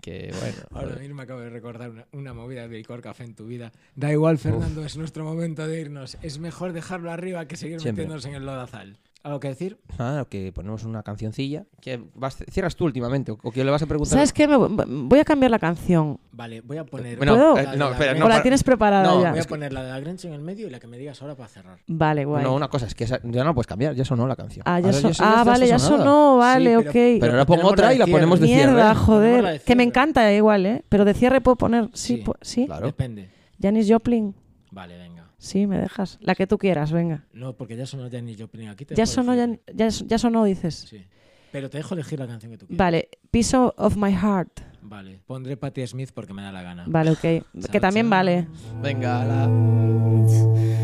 Speaker 1: Que bueno.
Speaker 3: Ahora
Speaker 1: joder.
Speaker 3: mismo acabo de recordar una, una movida de licor café en tu vida. Da igual, Fernando, es nuestro momento de irnos. Es mejor dejarlo arriba que seguir
Speaker 1: Siempre.
Speaker 3: metiéndonos en el lodazal. ¿Algo que decir?
Speaker 1: Nada, que ponemos una cancioncilla. Que vas- cierras tú últimamente, o o que le vas a preguntar.
Speaker 2: ¿Sabes qué? Me vo- voy a cambiar la canción.
Speaker 3: Vale, voy a poner.
Speaker 1: Bueno,
Speaker 2: ¿Puedo?
Speaker 3: la
Speaker 1: eh,
Speaker 3: de
Speaker 1: no,
Speaker 3: la
Speaker 1: espera,
Speaker 3: Grinch-
Speaker 1: no,
Speaker 2: ¿O la
Speaker 1: para-
Speaker 2: tienes preparada
Speaker 1: no,
Speaker 2: ya?
Speaker 3: Voy a
Speaker 1: es que-
Speaker 3: poner la de la Grinch en el medio y la que me digas ahora para cerrar.
Speaker 2: Vale, guay.
Speaker 1: No, una cosa, es que esa- ya no la puedes cambiar, ya sonó la canción.
Speaker 2: Ah, ya
Speaker 1: Ahora
Speaker 2: son-
Speaker 1: sé-
Speaker 2: ah,
Speaker 1: está
Speaker 2: vale, ya
Speaker 1: sonada.
Speaker 2: sonó, vale,
Speaker 3: Sí,
Speaker 2: ok.
Speaker 3: pero-
Speaker 1: Pero ahora pon
Speaker 3: Tenemos
Speaker 1: otra
Speaker 3: la
Speaker 1: y la
Speaker 3: de cierre.
Speaker 1: ponemos de cierre.
Speaker 2: Mierda,
Speaker 1: ¿eh?
Speaker 2: joder.
Speaker 3: la de
Speaker 2: Que me
Speaker 3: cierre.
Speaker 2: encanta eh, igual, ¿eh? Pero de cierre puedo poner... Sí,
Speaker 3: Sí.
Speaker 2: po- sí.
Speaker 1: Claro.
Speaker 3: Depende.
Speaker 2: Janis Joplin.
Speaker 3: Vale, venga.
Speaker 2: Sí, me dejas. La que tú quieras, venga.
Speaker 3: No, porque ya sonó Janis Joplin aquí. Te
Speaker 2: Ya
Speaker 3: dejo
Speaker 2: sonó,
Speaker 3: elegir.
Speaker 2: Jan- ya, ya sonó, dices.
Speaker 3: Sí. Pero te dejo elegir la canción que tú quieras.
Speaker 2: Vale, Piece of My Heart.
Speaker 3: Vale. Pondré Patti Smith porque me da la gana.
Speaker 2: Vale, ok. Que también vale.
Speaker 1: Venga, la...